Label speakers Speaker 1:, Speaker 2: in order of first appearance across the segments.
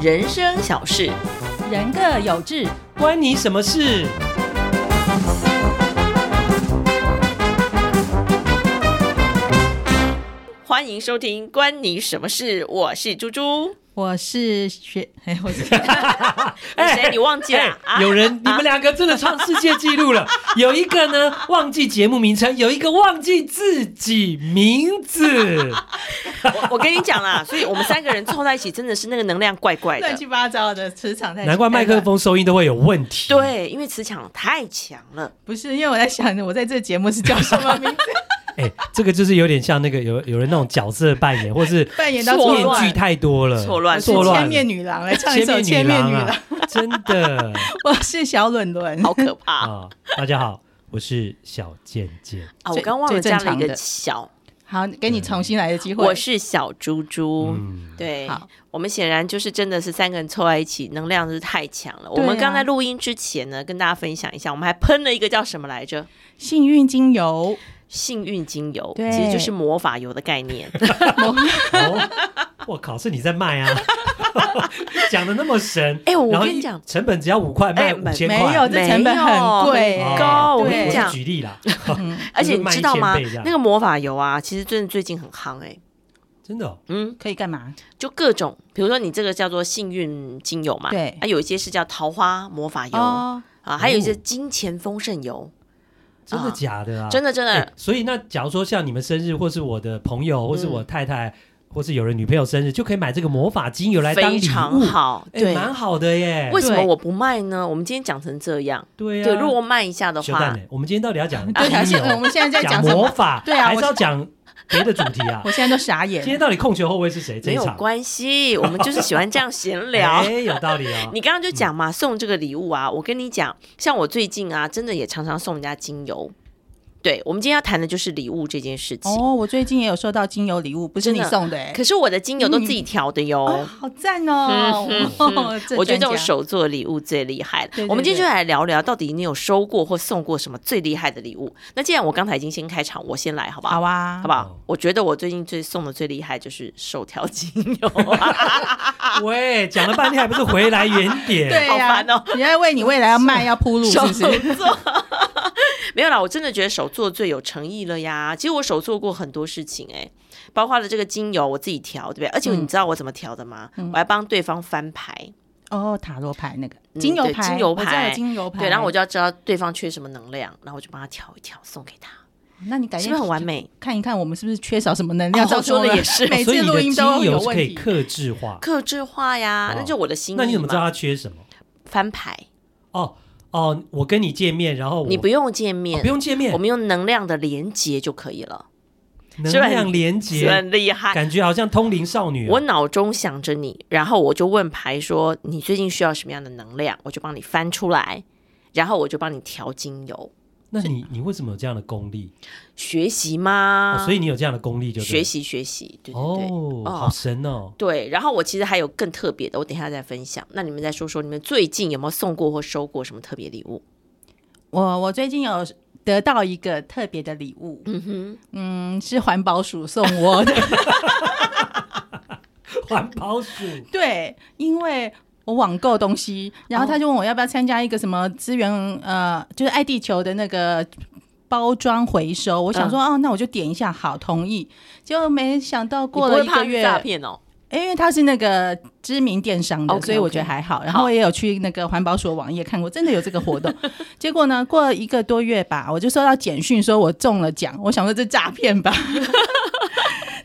Speaker 1: 人生小事，
Speaker 2: 人各有志，
Speaker 3: 关你什么事？
Speaker 1: 欢迎收听《关你什么事》，我是猪猪。
Speaker 2: 我是学 哎，我是哎
Speaker 1: 哎谁？你忘记了？啊
Speaker 3: 哎 有人，你们两个真的创世界纪录了。有一个呢忘记节目名称，有一个忘记自己 名字。
Speaker 1: 我我跟你讲啦，所以我们三个人凑在一起，真的是那个能量怪怪
Speaker 2: 乱
Speaker 1: 的。
Speaker 2: 七八糟的磁场在。
Speaker 3: 难怪麦克风收音都会有问题。，
Speaker 1: 对，因为磁场太强了。
Speaker 2: 不是，因为我在想，我在这节目是叫什么名字？
Speaker 3: 哎、这个就是有点像那个有有人那种角色扮 演，或是
Speaker 2: 扮演到
Speaker 1: 错
Speaker 3: 面
Speaker 1: 乱
Speaker 3: 具太多了，
Speaker 1: 错乱
Speaker 2: 我是
Speaker 3: 错乱
Speaker 2: 千面
Speaker 3: 女
Speaker 2: 女郎来哎唱一首《千面女郎》，
Speaker 3: 啊，真 的
Speaker 2: 我是小伦伦。
Speaker 1: 好可怕
Speaker 3: 啊、
Speaker 1: 啊！
Speaker 3: 大家好，我是小健健。
Speaker 1: 我
Speaker 2: 最
Speaker 1: 刚忘了
Speaker 2: 最
Speaker 1: 加
Speaker 2: 正
Speaker 1: 了一
Speaker 2: 常
Speaker 1: 个
Speaker 2: 的
Speaker 1: 小，
Speaker 2: 好，给你重新来的机会。
Speaker 1: 我是小猪
Speaker 2: 哦
Speaker 1: 猪。
Speaker 3: 嗯，
Speaker 1: 对
Speaker 2: 好，
Speaker 1: 我们显然就是真的是三个人凑在一起，能量是太强了。我
Speaker 2: 对啊
Speaker 1: 们刚才录音之前呢，跟大家分享一下，我们还喷了一个叫什么来着？
Speaker 2: 幸运精油，
Speaker 1: 幸运精油，
Speaker 2: 对
Speaker 1: 其实就是魔法油的概念。
Speaker 3: 哦，我靠，是你在卖啊？ 讲的那么神，
Speaker 1: 哎我
Speaker 3: 然后
Speaker 1: 跟你
Speaker 3: 一
Speaker 1: 讲
Speaker 3: 成本只要五块，卖
Speaker 1: 哎
Speaker 3: 五
Speaker 1: 没
Speaker 3: 千块，
Speaker 2: 没有，哦这成本很贵
Speaker 1: 没
Speaker 3: 哦。
Speaker 1: 高我
Speaker 2: 跟你
Speaker 3: 是
Speaker 1: 讲
Speaker 3: 举例啦，
Speaker 2: 嗯
Speaker 1: 而且
Speaker 3: 就是
Speaker 1: 你
Speaker 3: 卖
Speaker 1: 知道吗
Speaker 3: 1000倍这？样
Speaker 1: 那个魔法油啊，其实真的最近很夯哎、
Speaker 3: 真的哦
Speaker 1: 嗯，
Speaker 2: 可以干嘛？
Speaker 1: 就各种，比如说你这个叫做幸运精油嘛，
Speaker 2: 对
Speaker 1: 啊，有一些是叫桃花魔法油、
Speaker 2: 哦，
Speaker 1: 啊，还有一些
Speaker 3: 哦
Speaker 1: 金钱丰盛油，
Speaker 3: 真的
Speaker 1: 啊
Speaker 3: 假的啊？
Speaker 1: 真的真的，
Speaker 3: 哎。所以那假如说像你们生日，或是我的朋友，或是我太
Speaker 1: 嗯
Speaker 3: 太，或是有人女朋友生日，就可以买这个魔法精油来当
Speaker 1: 非
Speaker 3: 礼
Speaker 1: 常
Speaker 3: 物，
Speaker 1: 好，
Speaker 3: 哎，
Speaker 1: 对。
Speaker 3: 蛮好的耶。
Speaker 1: 为什么
Speaker 2: 对
Speaker 1: 我不卖呢？我们今天讲成这样，
Speaker 3: 对
Speaker 1: 对，
Speaker 3: 啊，
Speaker 1: 如果卖一下的
Speaker 3: 修
Speaker 1: 话
Speaker 3: 蛋，呢？我们今天到底要讲
Speaker 2: 对啊，
Speaker 3: 精
Speaker 2: 现在我
Speaker 3: 油，
Speaker 2: 们现在在
Speaker 3: 讲
Speaker 2: 讲什
Speaker 3: 魔
Speaker 2: 么？
Speaker 3: 法，
Speaker 2: 对啊
Speaker 3: 还是
Speaker 2: 我
Speaker 3: 要讲别的主题 啊
Speaker 2: 我？现在都傻
Speaker 3: 今
Speaker 2: 眼。
Speaker 3: 天到底控球后卫是谁？这
Speaker 1: 没
Speaker 3: 一
Speaker 1: 有
Speaker 3: 场
Speaker 1: 关系，我们就是喜欢这样闲聊
Speaker 3: 哎。，有道理
Speaker 2: 啊
Speaker 3: 哦。
Speaker 1: 你刚刚就讲
Speaker 2: 嗯
Speaker 1: 嘛，送这个礼物啊，我跟你讲，像我最近啊，真的也常常送人家精油。对，我们今天要谈的就是礼物这件事情。
Speaker 2: 哦，我最近也有收到精油礼物，不是
Speaker 1: 真
Speaker 2: 你
Speaker 1: 的
Speaker 2: 送的哎。
Speaker 1: 可是我的精油都自己调的哟。
Speaker 2: 啊，好赞哦！ 哇
Speaker 1: 嗯我觉得这种，
Speaker 2: 专家
Speaker 1: 手做礼物最厉害了。
Speaker 2: 对对
Speaker 1: 我们今天就来聊聊，到底你有收过或送过什么最厉害的礼物？那既然我刚才已经先开场，我先来好不好？
Speaker 2: 好啊，
Speaker 1: 好不好？我觉得我最近最送的最厉害就是手调精油，啊
Speaker 3: 喂，讲了半天还不是回来原点？
Speaker 2: 对
Speaker 1: 好
Speaker 2: 呀
Speaker 1: 烦哦，
Speaker 2: 你要为你未来要卖要 铺路，是
Speaker 1: 手
Speaker 2: 不是？
Speaker 1: 做没有啦，我真的觉得手做最有诚意了呀。其实我手做过很多事情、哎，包括了这个精油我自己调，对不对？而且
Speaker 2: 嗯
Speaker 1: 你知道我怎么调的吗？我还帮对方翻牌，
Speaker 2: 哦，塔罗牌那个
Speaker 1: 嗯
Speaker 2: 精油
Speaker 1: 对
Speaker 2: 牌，
Speaker 1: 精油
Speaker 2: 我知道有
Speaker 1: 牌
Speaker 2: 精油牌。
Speaker 1: 对，然后我就要知道对方缺什么能量，然后我就帮他调一调，送给他，
Speaker 2: 那你改
Speaker 1: 是
Speaker 2: 天
Speaker 1: 不是很完美？
Speaker 2: 看一看我们是不是缺少什么能量？
Speaker 1: 哦说的也是
Speaker 2: 每
Speaker 3: 所以
Speaker 2: 次
Speaker 3: 你
Speaker 2: 录
Speaker 3: 的
Speaker 2: 音
Speaker 3: 精
Speaker 2: 都有
Speaker 3: 油是
Speaker 2: 问
Speaker 3: 可以
Speaker 2: 题。
Speaker 3: 克制化。
Speaker 1: 克制化呀
Speaker 3: 哦，
Speaker 1: 那就我的心意嘛。
Speaker 3: 那你怎么知道他缺什么？
Speaker 1: 翻牌？
Speaker 3: 哦哦，我跟你见面，然后我
Speaker 1: 你不用见面，
Speaker 3: 哦不用见面
Speaker 1: 我，们用能量的连接就可以了，
Speaker 3: 能
Speaker 1: 是不是很
Speaker 3: 量连
Speaker 1: 是不是
Speaker 3: 接，
Speaker 1: 很厉害。
Speaker 3: 感觉好像通灵少女哦。
Speaker 1: 我脑中想着你，然后我就问牌说你最近需要什么样的能量，我就帮你翻出来，然后我就帮你调精油，
Speaker 3: 那你你为什么有这样的功力？
Speaker 1: 学习
Speaker 3: 哦
Speaker 1: 吗？
Speaker 3: 所以你有这样的功力就对
Speaker 1: 嗯学习学习，对对对。
Speaker 3: 哦，
Speaker 1: 哦
Speaker 3: 好神哦。
Speaker 1: 对，然后我其实还有更特别的，我等一下再分享。那你们再说说，你们最近有没有送过或收过什么特别礼物？
Speaker 2: 我我最近有得到一个特别的礼物，嗯哼，嗯，是环保署送我的。
Speaker 3: 环保署
Speaker 2: 对，因为我网购东西，然
Speaker 1: 哦
Speaker 2: 后他就问我要不要参加一个什么资源，呃，就是爱地球的那个。包装回收，我
Speaker 1: 嗯
Speaker 2: 想说、哦，那我就点一下，好，同意。结果没想到过了
Speaker 1: 你不
Speaker 2: 一
Speaker 1: 会怕
Speaker 2: 个
Speaker 1: 遇
Speaker 2: 月，
Speaker 1: 诈骗哦，
Speaker 2: 因为它是那个知名电商的
Speaker 1: OK，OK
Speaker 2: 所以我觉得还好。然
Speaker 1: 好
Speaker 2: 后也有去那个环保署网页看过，真的有这个活 动。结果呢，过了一个多月吧，我就收到简讯说我中了奖，我想说这诈骗吧。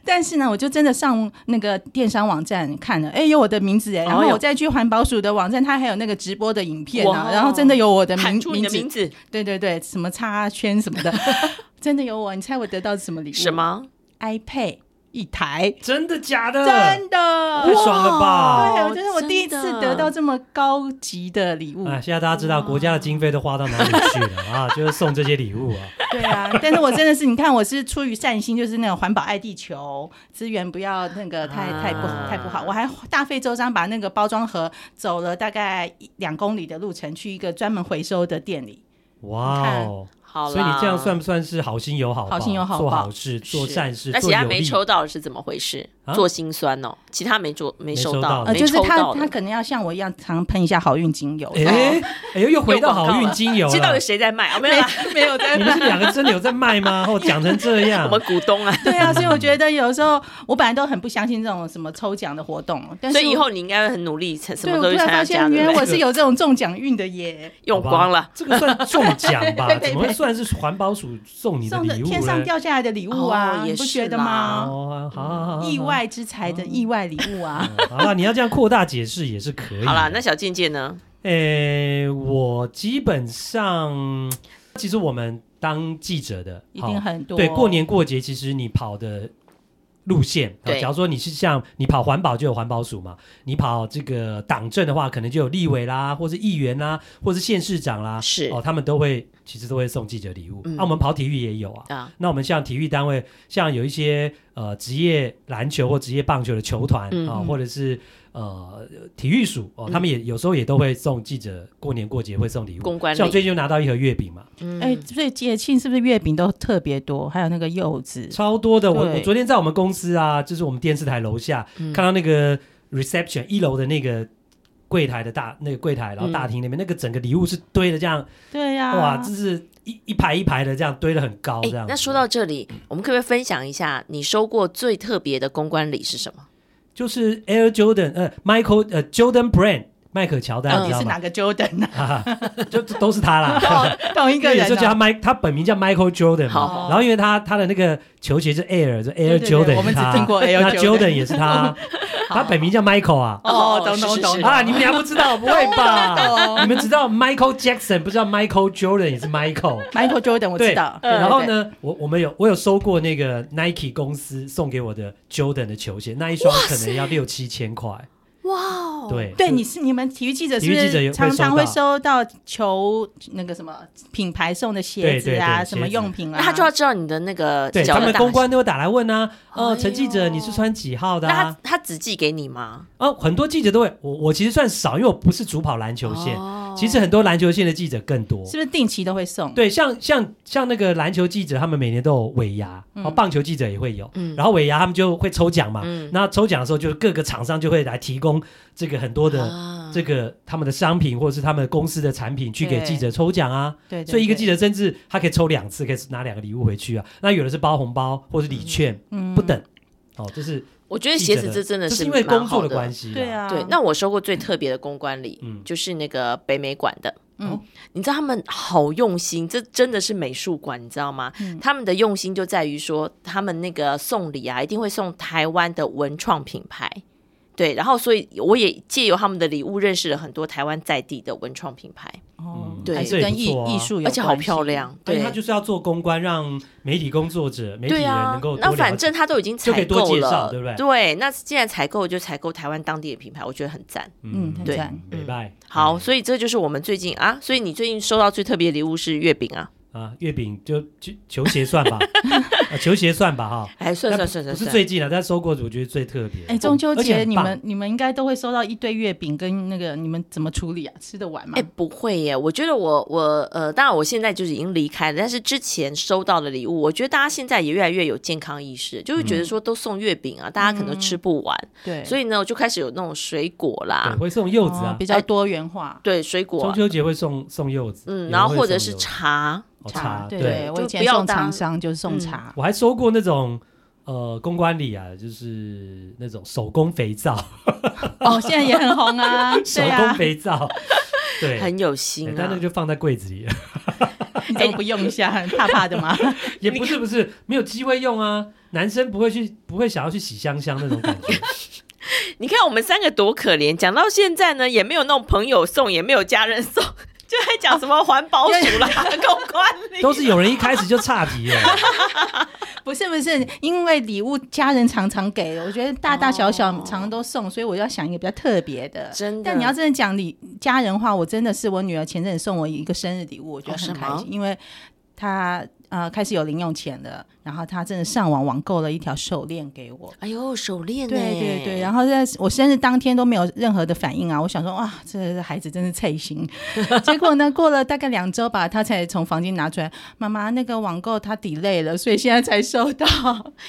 Speaker 2: 但是呢，我就真的上那个电商网站看了，哎、有我的名字哎，然后
Speaker 1: 哎呦
Speaker 2: 我再去环保署的网站，它还有那个直播的影片啊
Speaker 1: 哇，
Speaker 2: 然后真的有我的名
Speaker 1: 喊出你的
Speaker 2: 字，
Speaker 1: 名字，
Speaker 2: 对对对，什么叉圈什么的， 真的有我。你猜我得到什么礼物？
Speaker 1: 什么？
Speaker 2: iPad 一台，
Speaker 3: 真的假的？
Speaker 2: 真的，
Speaker 3: 太爽了吧！
Speaker 2: 对，
Speaker 1: 哦
Speaker 2: 我觉得我第一次
Speaker 1: 真的
Speaker 2: 得到这么高级的礼物，
Speaker 3: 哎，现在大家知道国家的经费都花到哪里去了啊？就是送这些礼物啊。
Speaker 2: 对啊，但是我真的是，你看，我是出于善心，就是那种环保爱地球，资源不要那个太
Speaker 1: 啊
Speaker 2: 太不太不好，我还大费周章把那个包装盒走了大概一两公里的路程，去一个专门回收的店里，
Speaker 3: 哇哦，
Speaker 1: 好啦，
Speaker 3: 所以你这样算不算是好心有好报？
Speaker 2: 好心有好报
Speaker 3: 做好事、做
Speaker 1: 是
Speaker 3: 善事、
Speaker 1: 那
Speaker 3: 做
Speaker 1: 其他
Speaker 3: 有
Speaker 1: 没
Speaker 3: 利。
Speaker 1: 抽到的是怎么回事？
Speaker 3: 啊
Speaker 1: 做心酸哦，其他没做没
Speaker 3: 没
Speaker 1: 收
Speaker 3: 收到
Speaker 1: 到，
Speaker 2: 呃，
Speaker 1: 哦没
Speaker 2: 就是
Speaker 1: 抽
Speaker 2: 他
Speaker 1: 到
Speaker 2: 他
Speaker 1: 的。
Speaker 2: 可能要像我一样，常喷一下好运精油。哦
Speaker 3: 哎哎呦，又回到好运精油
Speaker 1: 这到
Speaker 3: 了
Speaker 1: 底。谁在 卖？哦，没有啦，
Speaker 2: 没有在
Speaker 3: 你们是两个真的有在卖吗？哦，讲成这
Speaker 1: 我
Speaker 3: 样，
Speaker 1: 们股东啊。
Speaker 2: 对啊，所以我觉得有时候我本来都很不相信这种什么抽奖的活动，但是
Speaker 1: 所以以后你应该会很努力，才什
Speaker 2: 对
Speaker 1: 么
Speaker 2: 我
Speaker 1: 都
Speaker 2: 突
Speaker 1: 去
Speaker 2: 然发
Speaker 1: 参加
Speaker 2: 现，
Speaker 1: 的，
Speaker 2: 原来
Speaker 1: 对不对
Speaker 2: 我是有这种中奖运的耶，
Speaker 1: 用光了。
Speaker 3: 这个算中奖吧？
Speaker 2: 对对
Speaker 3: 怎么会算是环保署送你的
Speaker 2: 送的
Speaker 3: 礼物
Speaker 2: 天上
Speaker 3: 呢？
Speaker 2: 掉下来的礼物啊，
Speaker 1: 哦
Speaker 2: 你
Speaker 1: 也
Speaker 2: 不
Speaker 1: 是嗯
Speaker 2: 觉得
Speaker 1: 啦
Speaker 2: 吗？
Speaker 3: 哦，好好好好，
Speaker 2: 意外之财的意外礼物啊，
Speaker 3: 好。好了，你要这样扩大解释也是可以的。
Speaker 1: 好啦，那小健健呢？
Speaker 3: 诶，我基本上，其实我们当记者的，
Speaker 2: 一
Speaker 3: 好
Speaker 2: 定很多。
Speaker 3: 对过年过节，其实你跑的路线，好
Speaker 1: 对
Speaker 3: 假如说你是像你跑环保就有环保署嘛，你跑这个党政的话，可能就有立委啦，或是议员啦，或是县市长啦，
Speaker 1: 是
Speaker 3: 哦，他们都会其实都会送记者礼物。那、
Speaker 1: 嗯
Speaker 3: 我们跑体育也有啊。
Speaker 1: 啊，
Speaker 3: 那我们像体育单位，像有一些呃职业篮球或职业棒球的球团啊、
Speaker 1: 嗯
Speaker 2: 嗯
Speaker 3: 或者是呃体育署哦，
Speaker 1: 嗯
Speaker 3: 他们也有时候也都会送记者过年过节会送礼物。
Speaker 1: 公关
Speaker 3: 像我
Speaker 1: 力，
Speaker 3: 最近就拿到一盒月饼嘛，
Speaker 2: 哎
Speaker 1: 嗯，，
Speaker 2: 所以节庆是不是月饼都特别多？还有那个柚子，
Speaker 3: 超多的。我
Speaker 2: 对
Speaker 3: 我昨天在我们公司啊，就是我们电视台楼下、
Speaker 1: 嗯
Speaker 3: 看到那个 reception 一楼的那个。柜台的大那个柜台，然后
Speaker 1: 嗯
Speaker 3: 大厅里面、那个整个礼物是堆的这样，
Speaker 2: 对啊呀，
Speaker 3: 哇，这是一一排一排的这样堆的很高这样
Speaker 1: 哎
Speaker 3: 子。，
Speaker 1: 那说到这里，我们可不可以分享一下你收过最特别的公关礼是什么？
Speaker 3: 就是 Air Jordan 呃 Michael 呃 Jordan Brand 迈克乔丹，
Speaker 2: 到
Speaker 3: 你
Speaker 2: 底哦嗯是
Speaker 3: 知道吗哦
Speaker 2: 哪？个 Jordan 啊？
Speaker 3: 哈哈就就都是 他 啦。
Speaker 2: 同一个
Speaker 3: 有
Speaker 2: 人
Speaker 3: 时候叫他
Speaker 2: 啊。
Speaker 3: Mike，他本名叫 Michael Jordan 嘛，
Speaker 1: 好
Speaker 3: 然后因为他他的那个球鞋是 Air，就
Speaker 2: 对对
Speaker 3: Air
Speaker 2: 对
Speaker 3: Jordan，
Speaker 2: 我们只
Speaker 3: 他
Speaker 2: 听 过 Air
Speaker 3: 那
Speaker 2: Jordan
Speaker 3: Jordan 也 是他，他本名叫 Michael 啊。
Speaker 2: 哦，懂懂
Speaker 1: 是
Speaker 2: 懂
Speaker 1: 是是
Speaker 3: 啊！你们俩不 知道，不会
Speaker 2: 懂
Speaker 3: 吧？你们知道 Michael Jackson，不知道 Michael Jordan 也 是 Michael。
Speaker 2: ，Michael Jordan 我知
Speaker 3: 对
Speaker 2: 道。
Speaker 1: 嗯
Speaker 2: 对
Speaker 3: 然后？
Speaker 2: 对
Speaker 3: 呢，我我们有我有收过那个 Nike 公司送给我的 Jordan 的球鞋，那一双可能要六七千块。
Speaker 1: 哇哦，
Speaker 3: 对，
Speaker 2: 对，
Speaker 3: 就
Speaker 2: 你是你们体育记者是
Speaker 3: 体
Speaker 2: 不
Speaker 3: 育记者
Speaker 2: 是
Speaker 3: 也会
Speaker 2: 常常
Speaker 3: 收
Speaker 2: 会
Speaker 3: 到
Speaker 2: 收到球那个什么品牌送的鞋子啊，
Speaker 3: 对对对
Speaker 2: 什么
Speaker 3: 鞋子
Speaker 2: 用品啊？
Speaker 1: 那他就要知道你的那个
Speaker 3: 对
Speaker 1: 脚
Speaker 3: 他们
Speaker 1: 的大
Speaker 3: 公关都有打来问啊，
Speaker 1: 哎
Speaker 3: 哦，
Speaker 1: 呦
Speaker 3: 陈记者你是穿几号
Speaker 1: 小，
Speaker 3: 的、
Speaker 1: 那他
Speaker 3: 啊？
Speaker 1: 他只寄给你吗？
Speaker 3: 哦，很多记者都会，我我其实算少，因为我不是主跑篮球线，
Speaker 1: 哦
Speaker 3: 其实很多篮球线的记者更多。
Speaker 2: 是不是定期都会送？
Speaker 3: 对，像像像那个篮球记者，他们每年都有尾牙，然后棒球记者也会有，
Speaker 1: 嗯
Speaker 3: 然后尾牙他们就会抽奖嘛。
Speaker 1: 嗯
Speaker 3: 那抽奖的时候，就各个厂商就会来提供这个很多的
Speaker 1: 啊
Speaker 3: 这个他们的商品或者是他们公司的产品去给
Speaker 2: 对
Speaker 3: 记者抽奖啊。
Speaker 2: 对，对
Speaker 3: 所以一个记
Speaker 2: 者
Speaker 3: 者甚至他可以抽两次，可以拿两个礼物回去啊。那有的是包红包，或是
Speaker 1: 嗯
Speaker 3: 礼券，不等。哦，这是
Speaker 1: 我觉得嗯鞋子
Speaker 3: 记者的
Speaker 1: 这真的
Speaker 3: 这
Speaker 1: 是
Speaker 3: 是因为工作
Speaker 1: 蛮好
Speaker 3: 的
Speaker 1: 的
Speaker 3: 关系。
Speaker 2: 对，啊，
Speaker 1: 对，那我收过最特别的公关礼，
Speaker 3: 嗯
Speaker 1: 就是那个北美馆的。
Speaker 2: 嗯
Speaker 1: 嗯，你知道他们好用心，这真的是美术馆，你知道吗？他们的用心就在于说，他们那个送礼啊，一定会送台湾的文创品牌，对。然后，所以我也借由他们的礼物，认识了很多台湾在地的文创品牌，
Speaker 2: 哦
Speaker 3: 嗯，
Speaker 1: 对
Speaker 2: 还
Speaker 1: 这
Speaker 2: 是
Speaker 3: 也
Speaker 2: 跟
Speaker 3: 不
Speaker 2: 艺
Speaker 3: 错啊
Speaker 2: 艺术有，
Speaker 1: 而且好漂。亮，
Speaker 3: 因为
Speaker 1: 对
Speaker 3: 他。就是要做公关，让媒体工作者、媒体
Speaker 1: 对
Speaker 3: 人
Speaker 1: 啊
Speaker 3: 能够，多
Speaker 1: 那
Speaker 3: 了
Speaker 1: 反
Speaker 3: 解
Speaker 1: 正他都已经
Speaker 3: 就可
Speaker 1: 采
Speaker 3: 以多
Speaker 1: 购
Speaker 3: 介
Speaker 1: 了，
Speaker 3: 绍对不对
Speaker 1: 对，那既然采购就采购台湾当地的品牌，我觉得很赞。
Speaker 2: 嗯很
Speaker 1: 对
Speaker 2: 赞
Speaker 3: 美拜
Speaker 1: 好，所以这就是我们最近啊，所以你最近收到最特别的礼物是月饼啊？
Speaker 3: 啊，月饼就就球鞋算 吧，啊球鞋算吧哈。
Speaker 1: 哎，算算
Speaker 3: 但不
Speaker 1: 算算，
Speaker 3: 不是
Speaker 1: 算
Speaker 3: 最近了，啊但收过我觉得最特别。
Speaker 2: 哎，中秋
Speaker 3: 而且
Speaker 2: 节
Speaker 3: 很
Speaker 2: 你
Speaker 3: 棒
Speaker 2: 们你们应该都会收到一堆月饼跟那个，你们怎么处理啊？吃得完吗
Speaker 1: 哎、？不会耶！我觉得我我呃，当然我现在就是已经离开了，但是之前收到的礼物，我觉得大家现在也越来越有健康意识，就会
Speaker 3: 嗯
Speaker 1: 觉得说都送月饼啊，大家可能都吃不完，
Speaker 2: 对，
Speaker 1: 所以呢，我就开始有那种水果
Speaker 3: 对
Speaker 1: 啦，
Speaker 3: 会送柚子
Speaker 2: 哦
Speaker 3: 啊
Speaker 2: 比，较
Speaker 1: 哎
Speaker 2: 多元化。
Speaker 1: 对水
Speaker 3: 中
Speaker 1: 果，啊
Speaker 3: 秋节会送送柚子，
Speaker 1: 嗯，
Speaker 3: 有人
Speaker 1: 然后
Speaker 3: 会
Speaker 1: 或者
Speaker 3: 送
Speaker 1: 是
Speaker 3: 柚子
Speaker 1: 茶，
Speaker 3: 哦茶，
Speaker 2: 对
Speaker 3: 对，
Speaker 2: 我以
Speaker 1: 就
Speaker 2: 前
Speaker 1: 不要
Speaker 2: 送
Speaker 1: 当
Speaker 2: 厂商就是送
Speaker 1: 嗯
Speaker 2: 茶，
Speaker 3: 我还收过那种呃公关礼啊，就是那种手工 肥皂，
Speaker 2: 哦，现在也很红 啊，
Speaker 3: 手
Speaker 2: 对
Speaker 3: 工
Speaker 2: 啊，
Speaker 3: 肥皂，对，
Speaker 1: 很有
Speaker 3: 对
Speaker 1: 心
Speaker 3: 但那
Speaker 1: 啊
Speaker 3: 个。就放在柜 子里了，
Speaker 2: 你怎么不用一下？怕怕的吗？
Speaker 3: 也不是不是没有机会用啊，男生不会去，不会想要去洗香香那种感 觉，
Speaker 1: 你看我们三个多可怜，讲到现在呢，也没有那种朋友送，也没有家人送， 就还讲什么环保署 啦、公关礼
Speaker 3: 都是有人一开始就差题了，
Speaker 2: 不是不是，因为礼物家人常常给，我觉得大大小小
Speaker 1: 哦
Speaker 2: 常常都送，所以我要想一个比较特别的。
Speaker 1: 真的。
Speaker 2: 但你要真的讲礼家人话，我真的是我女儿前阵子送我一个生日礼物，我觉得
Speaker 1: 哦
Speaker 2: 很
Speaker 1: 什
Speaker 2: 开
Speaker 1: 么
Speaker 2: 心，因为她呃开始有零用钱了，然后他真的上网网购了一条手链给我。
Speaker 1: 哎呦，手链呢？
Speaker 2: 对对对，然后在我生日当天都没有任何的反应啊！我想说，哇，这孩子真是 脆心。结果呢，过了大概两周吧，他才从房间拿出来，妈妈那个网购他 delay 了，所以现在才收 到。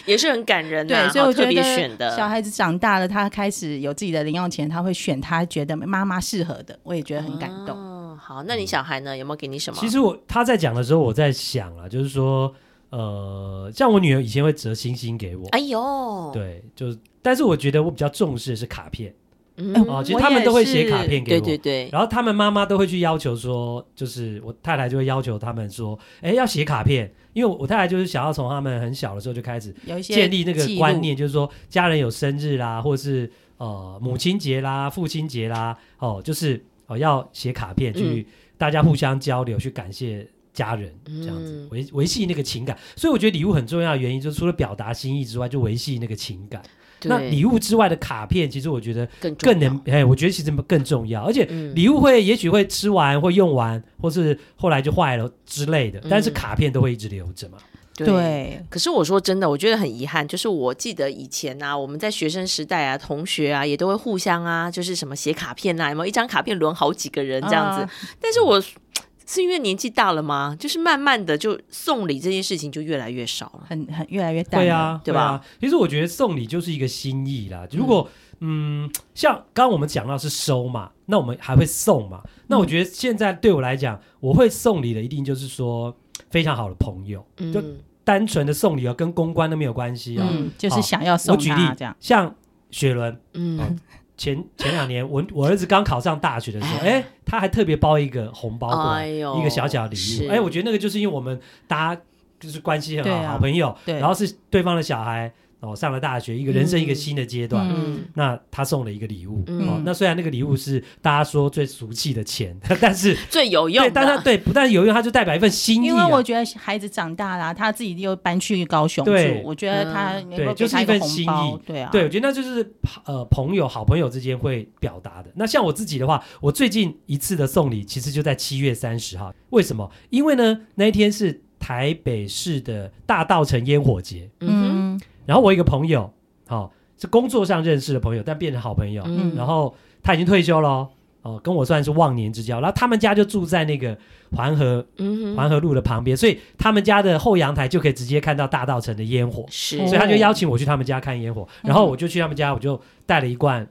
Speaker 1: 也是很感人、呐，
Speaker 2: 对，所以我
Speaker 1: 好
Speaker 2: 觉
Speaker 1: 特别选
Speaker 2: 得小
Speaker 1: 的。
Speaker 2: 孩子长大了，他开始有自己的零用钱，他会选他觉得妈妈适合的，我也觉得很感动。
Speaker 1: 哦，好，那你小孩呢？有没有给你什么？
Speaker 3: 其实我他在讲的时候，我在想啊，就是说，呃，像我女儿以前会折星星给我，
Speaker 1: 哎呦，，
Speaker 3: 对，就是，但是我觉得我比较重视的是卡片
Speaker 1: 嗯
Speaker 3: 啊、
Speaker 2: 我
Speaker 3: 其实他们
Speaker 2: 也
Speaker 3: 都会写
Speaker 2: 是
Speaker 3: 卡片给
Speaker 1: 对
Speaker 3: 我，
Speaker 1: 对对，
Speaker 3: 然后他们妈妈都会去要求说，就是我太太就会要求他们说，哎，要写卡片，因为我我太太就是想要从他们很小的时候就开始
Speaker 2: 有一些
Speaker 3: 建立那个
Speaker 2: 记录
Speaker 3: 观，念，就是说家人有生日啦，或是呃母亲节啦、父亲节啦，哦，就是哦要写卡
Speaker 1: 嗯
Speaker 3: 片去、大家互相交流，去感谢家人，这样
Speaker 1: 嗯
Speaker 3: 子维维系那个情感。所以我觉得礼物很重要的原因，就是除了表达心意之外，就维系那个情感。那
Speaker 1: 对
Speaker 3: 礼物之外的卡片，其实我觉得
Speaker 1: 更重
Speaker 3: 更能
Speaker 1: 要
Speaker 3: 哎，我觉得其实更重要，而且
Speaker 1: 嗯
Speaker 3: 礼物会也许会吃完或用完，或是后来就坏了之类的，但是
Speaker 1: 嗯
Speaker 3: 卡片都会一直留着嘛。
Speaker 2: 对，
Speaker 1: 可是我说真的，我觉得很遗憾，就是我记得以前啊，我们在学生时代啊，同学啊也都会互相啊，就是什么写卡片啊，有没有一张卡片轮好几个人这样子？
Speaker 2: 啊
Speaker 1: 但是我是因为年纪大了吗？就是慢慢的就送礼这件事情就越来越少了。
Speaker 2: 很很越来越淡了。
Speaker 3: 对啊，
Speaker 1: 对
Speaker 3: 对
Speaker 1: 吧
Speaker 3: 啊？其实我觉得送礼就是一个心意啦。如果嗯像刚刚我们讲到是收嘛，那我们还会送嘛。那我觉得现在对我来讲，我会送礼的一定就是说非常好的朋友，就
Speaker 1: 嗯，
Speaker 3: 单纯的送礼哦，跟公关都没有关系哦。
Speaker 2: 嗯，就是
Speaker 3: 好
Speaker 2: 想要
Speaker 3: 我
Speaker 2: 送
Speaker 3: 举
Speaker 2: 他
Speaker 3: 例
Speaker 2: 这样，，
Speaker 3: 像雪伦哦
Speaker 1: 嗯，
Speaker 3: 前前两年，我我儿子刚考上大学的时候，哎，他还特别包一个红包过来，
Speaker 1: 哎呦，
Speaker 3: 一个小小的礼
Speaker 1: 是
Speaker 3: 物。哎，我觉得那个就是因为我们大家就是关系很
Speaker 2: 对
Speaker 3: 好，
Speaker 2: 啊
Speaker 3: 好朋友，
Speaker 2: 对，
Speaker 3: 然后是对方的小孩哦上了大学，一个人生一个新的阶段。
Speaker 2: 嗯
Speaker 3: 那他送了一个礼物、
Speaker 1: 嗯
Speaker 3: 哦，那虽然那个礼物是大家说最俗气的钱， 但是
Speaker 1: 最有用
Speaker 3: 对，但他
Speaker 1: 的，
Speaker 3: 对不但有用，他就代表一份心意、
Speaker 2: 因
Speaker 3: 啊。
Speaker 2: 为我觉得孩子长大了，他自己又搬去高雄住
Speaker 3: 对，
Speaker 2: 我觉得他能够
Speaker 3: 对
Speaker 2: 给
Speaker 3: 就是
Speaker 2: 他
Speaker 3: 一
Speaker 2: 个
Speaker 3: 份
Speaker 2: 红
Speaker 3: 心
Speaker 2: 包
Speaker 3: 意，
Speaker 2: 对啊，
Speaker 3: 对，我觉得那就是呃朋友、好朋友之间会表达的。那像我自己的话，我最近一次的送礼其实就在七月三十号。为什么？因为呢那一天是台北市的大道城烟火节，
Speaker 1: 嗯
Speaker 2: 嗯，
Speaker 3: 然后我有一个朋友，好、是工作上认识的朋友，但变成好朋友，
Speaker 1: 嗯
Speaker 3: 然后他已经退休了哦，哦跟我算是忘年之交。然后他们家就住在那个环河
Speaker 1: 嗯哼，
Speaker 3: 环河路的旁边，所以他们家的后阳台就可以直接看到大道城的烟火，
Speaker 1: 是，
Speaker 2: 哦
Speaker 3: 所以他就邀请我去他们家看烟火，然后我就去他们家，我就带了一罐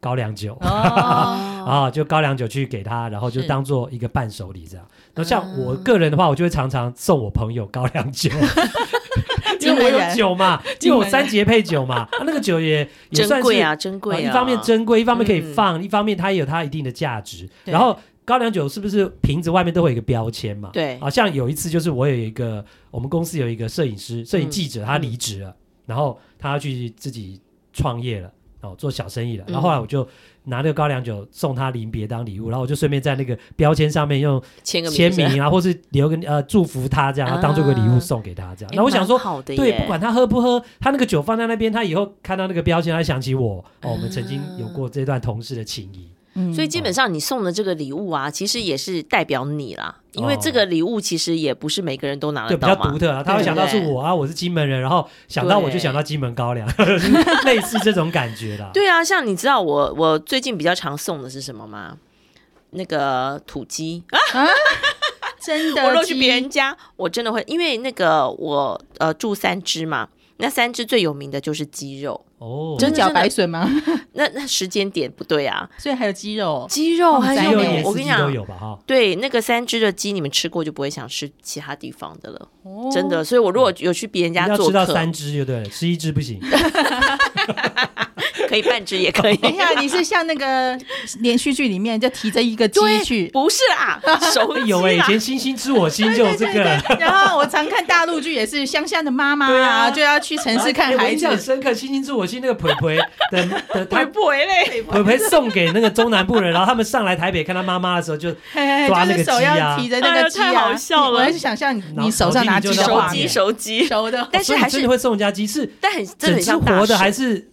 Speaker 3: 高粱酒。
Speaker 2: 哦，
Speaker 1: 哦，
Speaker 3: 啊，就高粱酒去给他，然后就是当做一个伴手礼这样。那像我
Speaker 1: 嗯
Speaker 3: 个人的话，我就会常常送我朋友高粱酒， 因为我
Speaker 2: 金门人
Speaker 3: 有酒嘛，因为我三节配酒嘛，啊那个酒也也
Speaker 1: 珍
Speaker 3: 算
Speaker 1: 贵
Speaker 3: 是
Speaker 1: 啊，珍贵啊，
Speaker 3: 哦一方面珍贵，一方面可以
Speaker 1: 嗯
Speaker 3: 放，一方面它也有它一定的价值。
Speaker 2: 对
Speaker 3: 然后高粱酒是不是瓶子外面都会有一个标签嘛？
Speaker 1: 对
Speaker 3: 好像有一次就是我有一个我们公司有一个摄影师、
Speaker 1: 嗯
Speaker 3: 摄影记者，他离职了，然后他要去自己创业了。哦，做小生意
Speaker 1: 嗯
Speaker 3: 了，然后后来我就拿那个高粱酒送他临别当礼物，然后我就顺便在那个标签上面用
Speaker 1: 签个
Speaker 3: 签
Speaker 1: 字
Speaker 3: 名啊，或是留个呃祝福他这样，然后当做个礼物送给他这样。
Speaker 1: 哎
Speaker 3: 那我想说
Speaker 1: 蛮，好的
Speaker 3: 对，
Speaker 1: 耶
Speaker 3: 不管他喝不喝，他那个酒放在那边，他以后看到那个标签，他想起我哦，我们曾经
Speaker 1: 嗯
Speaker 3: 有过这段同事的情谊。
Speaker 2: 嗯
Speaker 1: 所以基本上你送的这个礼物啊，其实也是代表你啦，因为这个礼物其实也不是每个人都拿
Speaker 3: 对，
Speaker 1: 得
Speaker 3: 比较
Speaker 1: 到嘛
Speaker 3: 独。特啊，他会想到是
Speaker 1: 对
Speaker 3: 我啊，我是金门人，然后想到我就
Speaker 1: 对
Speaker 3: 想到金门高粱， 类似这种感觉啦。
Speaker 1: 对啊，像你知道我我最近比较常送的是什么吗？那个土鸡，啊
Speaker 2: 真
Speaker 1: 我
Speaker 2: 的
Speaker 1: 若去别人
Speaker 2: 鸡
Speaker 1: 家，我真的会，因为那个我呃住三只嘛，那三只最有名的就是鸡肉。
Speaker 3: 哦，
Speaker 2: 蒸
Speaker 1: 真的
Speaker 2: 饺白笋吗？
Speaker 1: 那那时间点不对啊，
Speaker 2: 所以还有鸡肉，
Speaker 1: 鸡肉
Speaker 2: 哦
Speaker 1: 还
Speaker 2: 鸡
Speaker 3: 只
Speaker 1: 有
Speaker 3: 有
Speaker 2: 呢
Speaker 1: 名
Speaker 3: 也
Speaker 1: 我
Speaker 3: 四
Speaker 1: 跟你
Speaker 3: 季都
Speaker 1: 讲，
Speaker 3: 有吧哈。
Speaker 1: 对那个三只的鸡，你们吃过就不会想吃其他地方的了，
Speaker 2: 哦
Speaker 1: 真的。所以我如果有去别人
Speaker 3: 一定
Speaker 1: 家
Speaker 3: 要
Speaker 1: 做
Speaker 3: 吃到
Speaker 1: 客，
Speaker 3: 三只就对了，吃一只不行。
Speaker 1: 可以半只也可以。
Speaker 2: 等一下，你是像那个连续剧里面就提着一个鸡
Speaker 1: 对
Speaker 2: 去。
Speaker 1: 不是 啦，手机啊
Speaker 3: 有哎，以
Speaker 1: 啦
Speaker 3: 前星星知我心就有 这个。
Speaker 2: 然后我常看大陆剧，也是乡下的妈妈
Speaker 3: 对
Speaker 2: 啊，
Speaker 3: 啊
Speaker 2: 就要去城市
Speaker 3: 哎
Speaker 2: 看
Speaker 3: 我
Speaker 2: 孩
Speaker 3: 印
Speaker 2: 子
Speaker 3: 象。很深刻，星星知我心那个培培的的他
Speaker 1: 回嘞，
Speaker 3: 培培送给那个中南部人，然后他们上来台北看他妈妈的时候，就
Speaker 2: 嘿
Speaker 3: 抓
Speaker 2: 嘿就
Speaker 3: 那
Speaker 2: 是
Speaker 3: 个
Speaker 2: 手
Speaker 3: 鸡
Speaker 2: 要
Speaker 3: 啊
Speaker 2: 提着那个鸡
Speaker 1: 哎
Speaker 2: 啊，
Speaker 1: 呀太好笑了
Speaker 2: 我是想象你你手上拿鸡
Speaker 3: 手机
Speaker 2: 的
Speaker 3: 你就
Speaker 1: 手
Speaker 2: 画
Speaker 3: 拿
Speaker 1: 机
Speaker 2: 面，
Speaker 1: 手机，
Speaker 2: 熟的，
Speaker 1: 但是
Speaker 3: 哦所以你
Speaker 1: 还
Speaker 3: 真
Speaker 1: 是
Speaker 3: 的会送人家鸡，是
Speaker 1: 但很真的
Speaker 3: 整
Speaker 1: 很
Speaker 3: 只
Speaker 1: 像大
Speaker 3: 活的
Speaker 1: 神
Speaker 3: 还是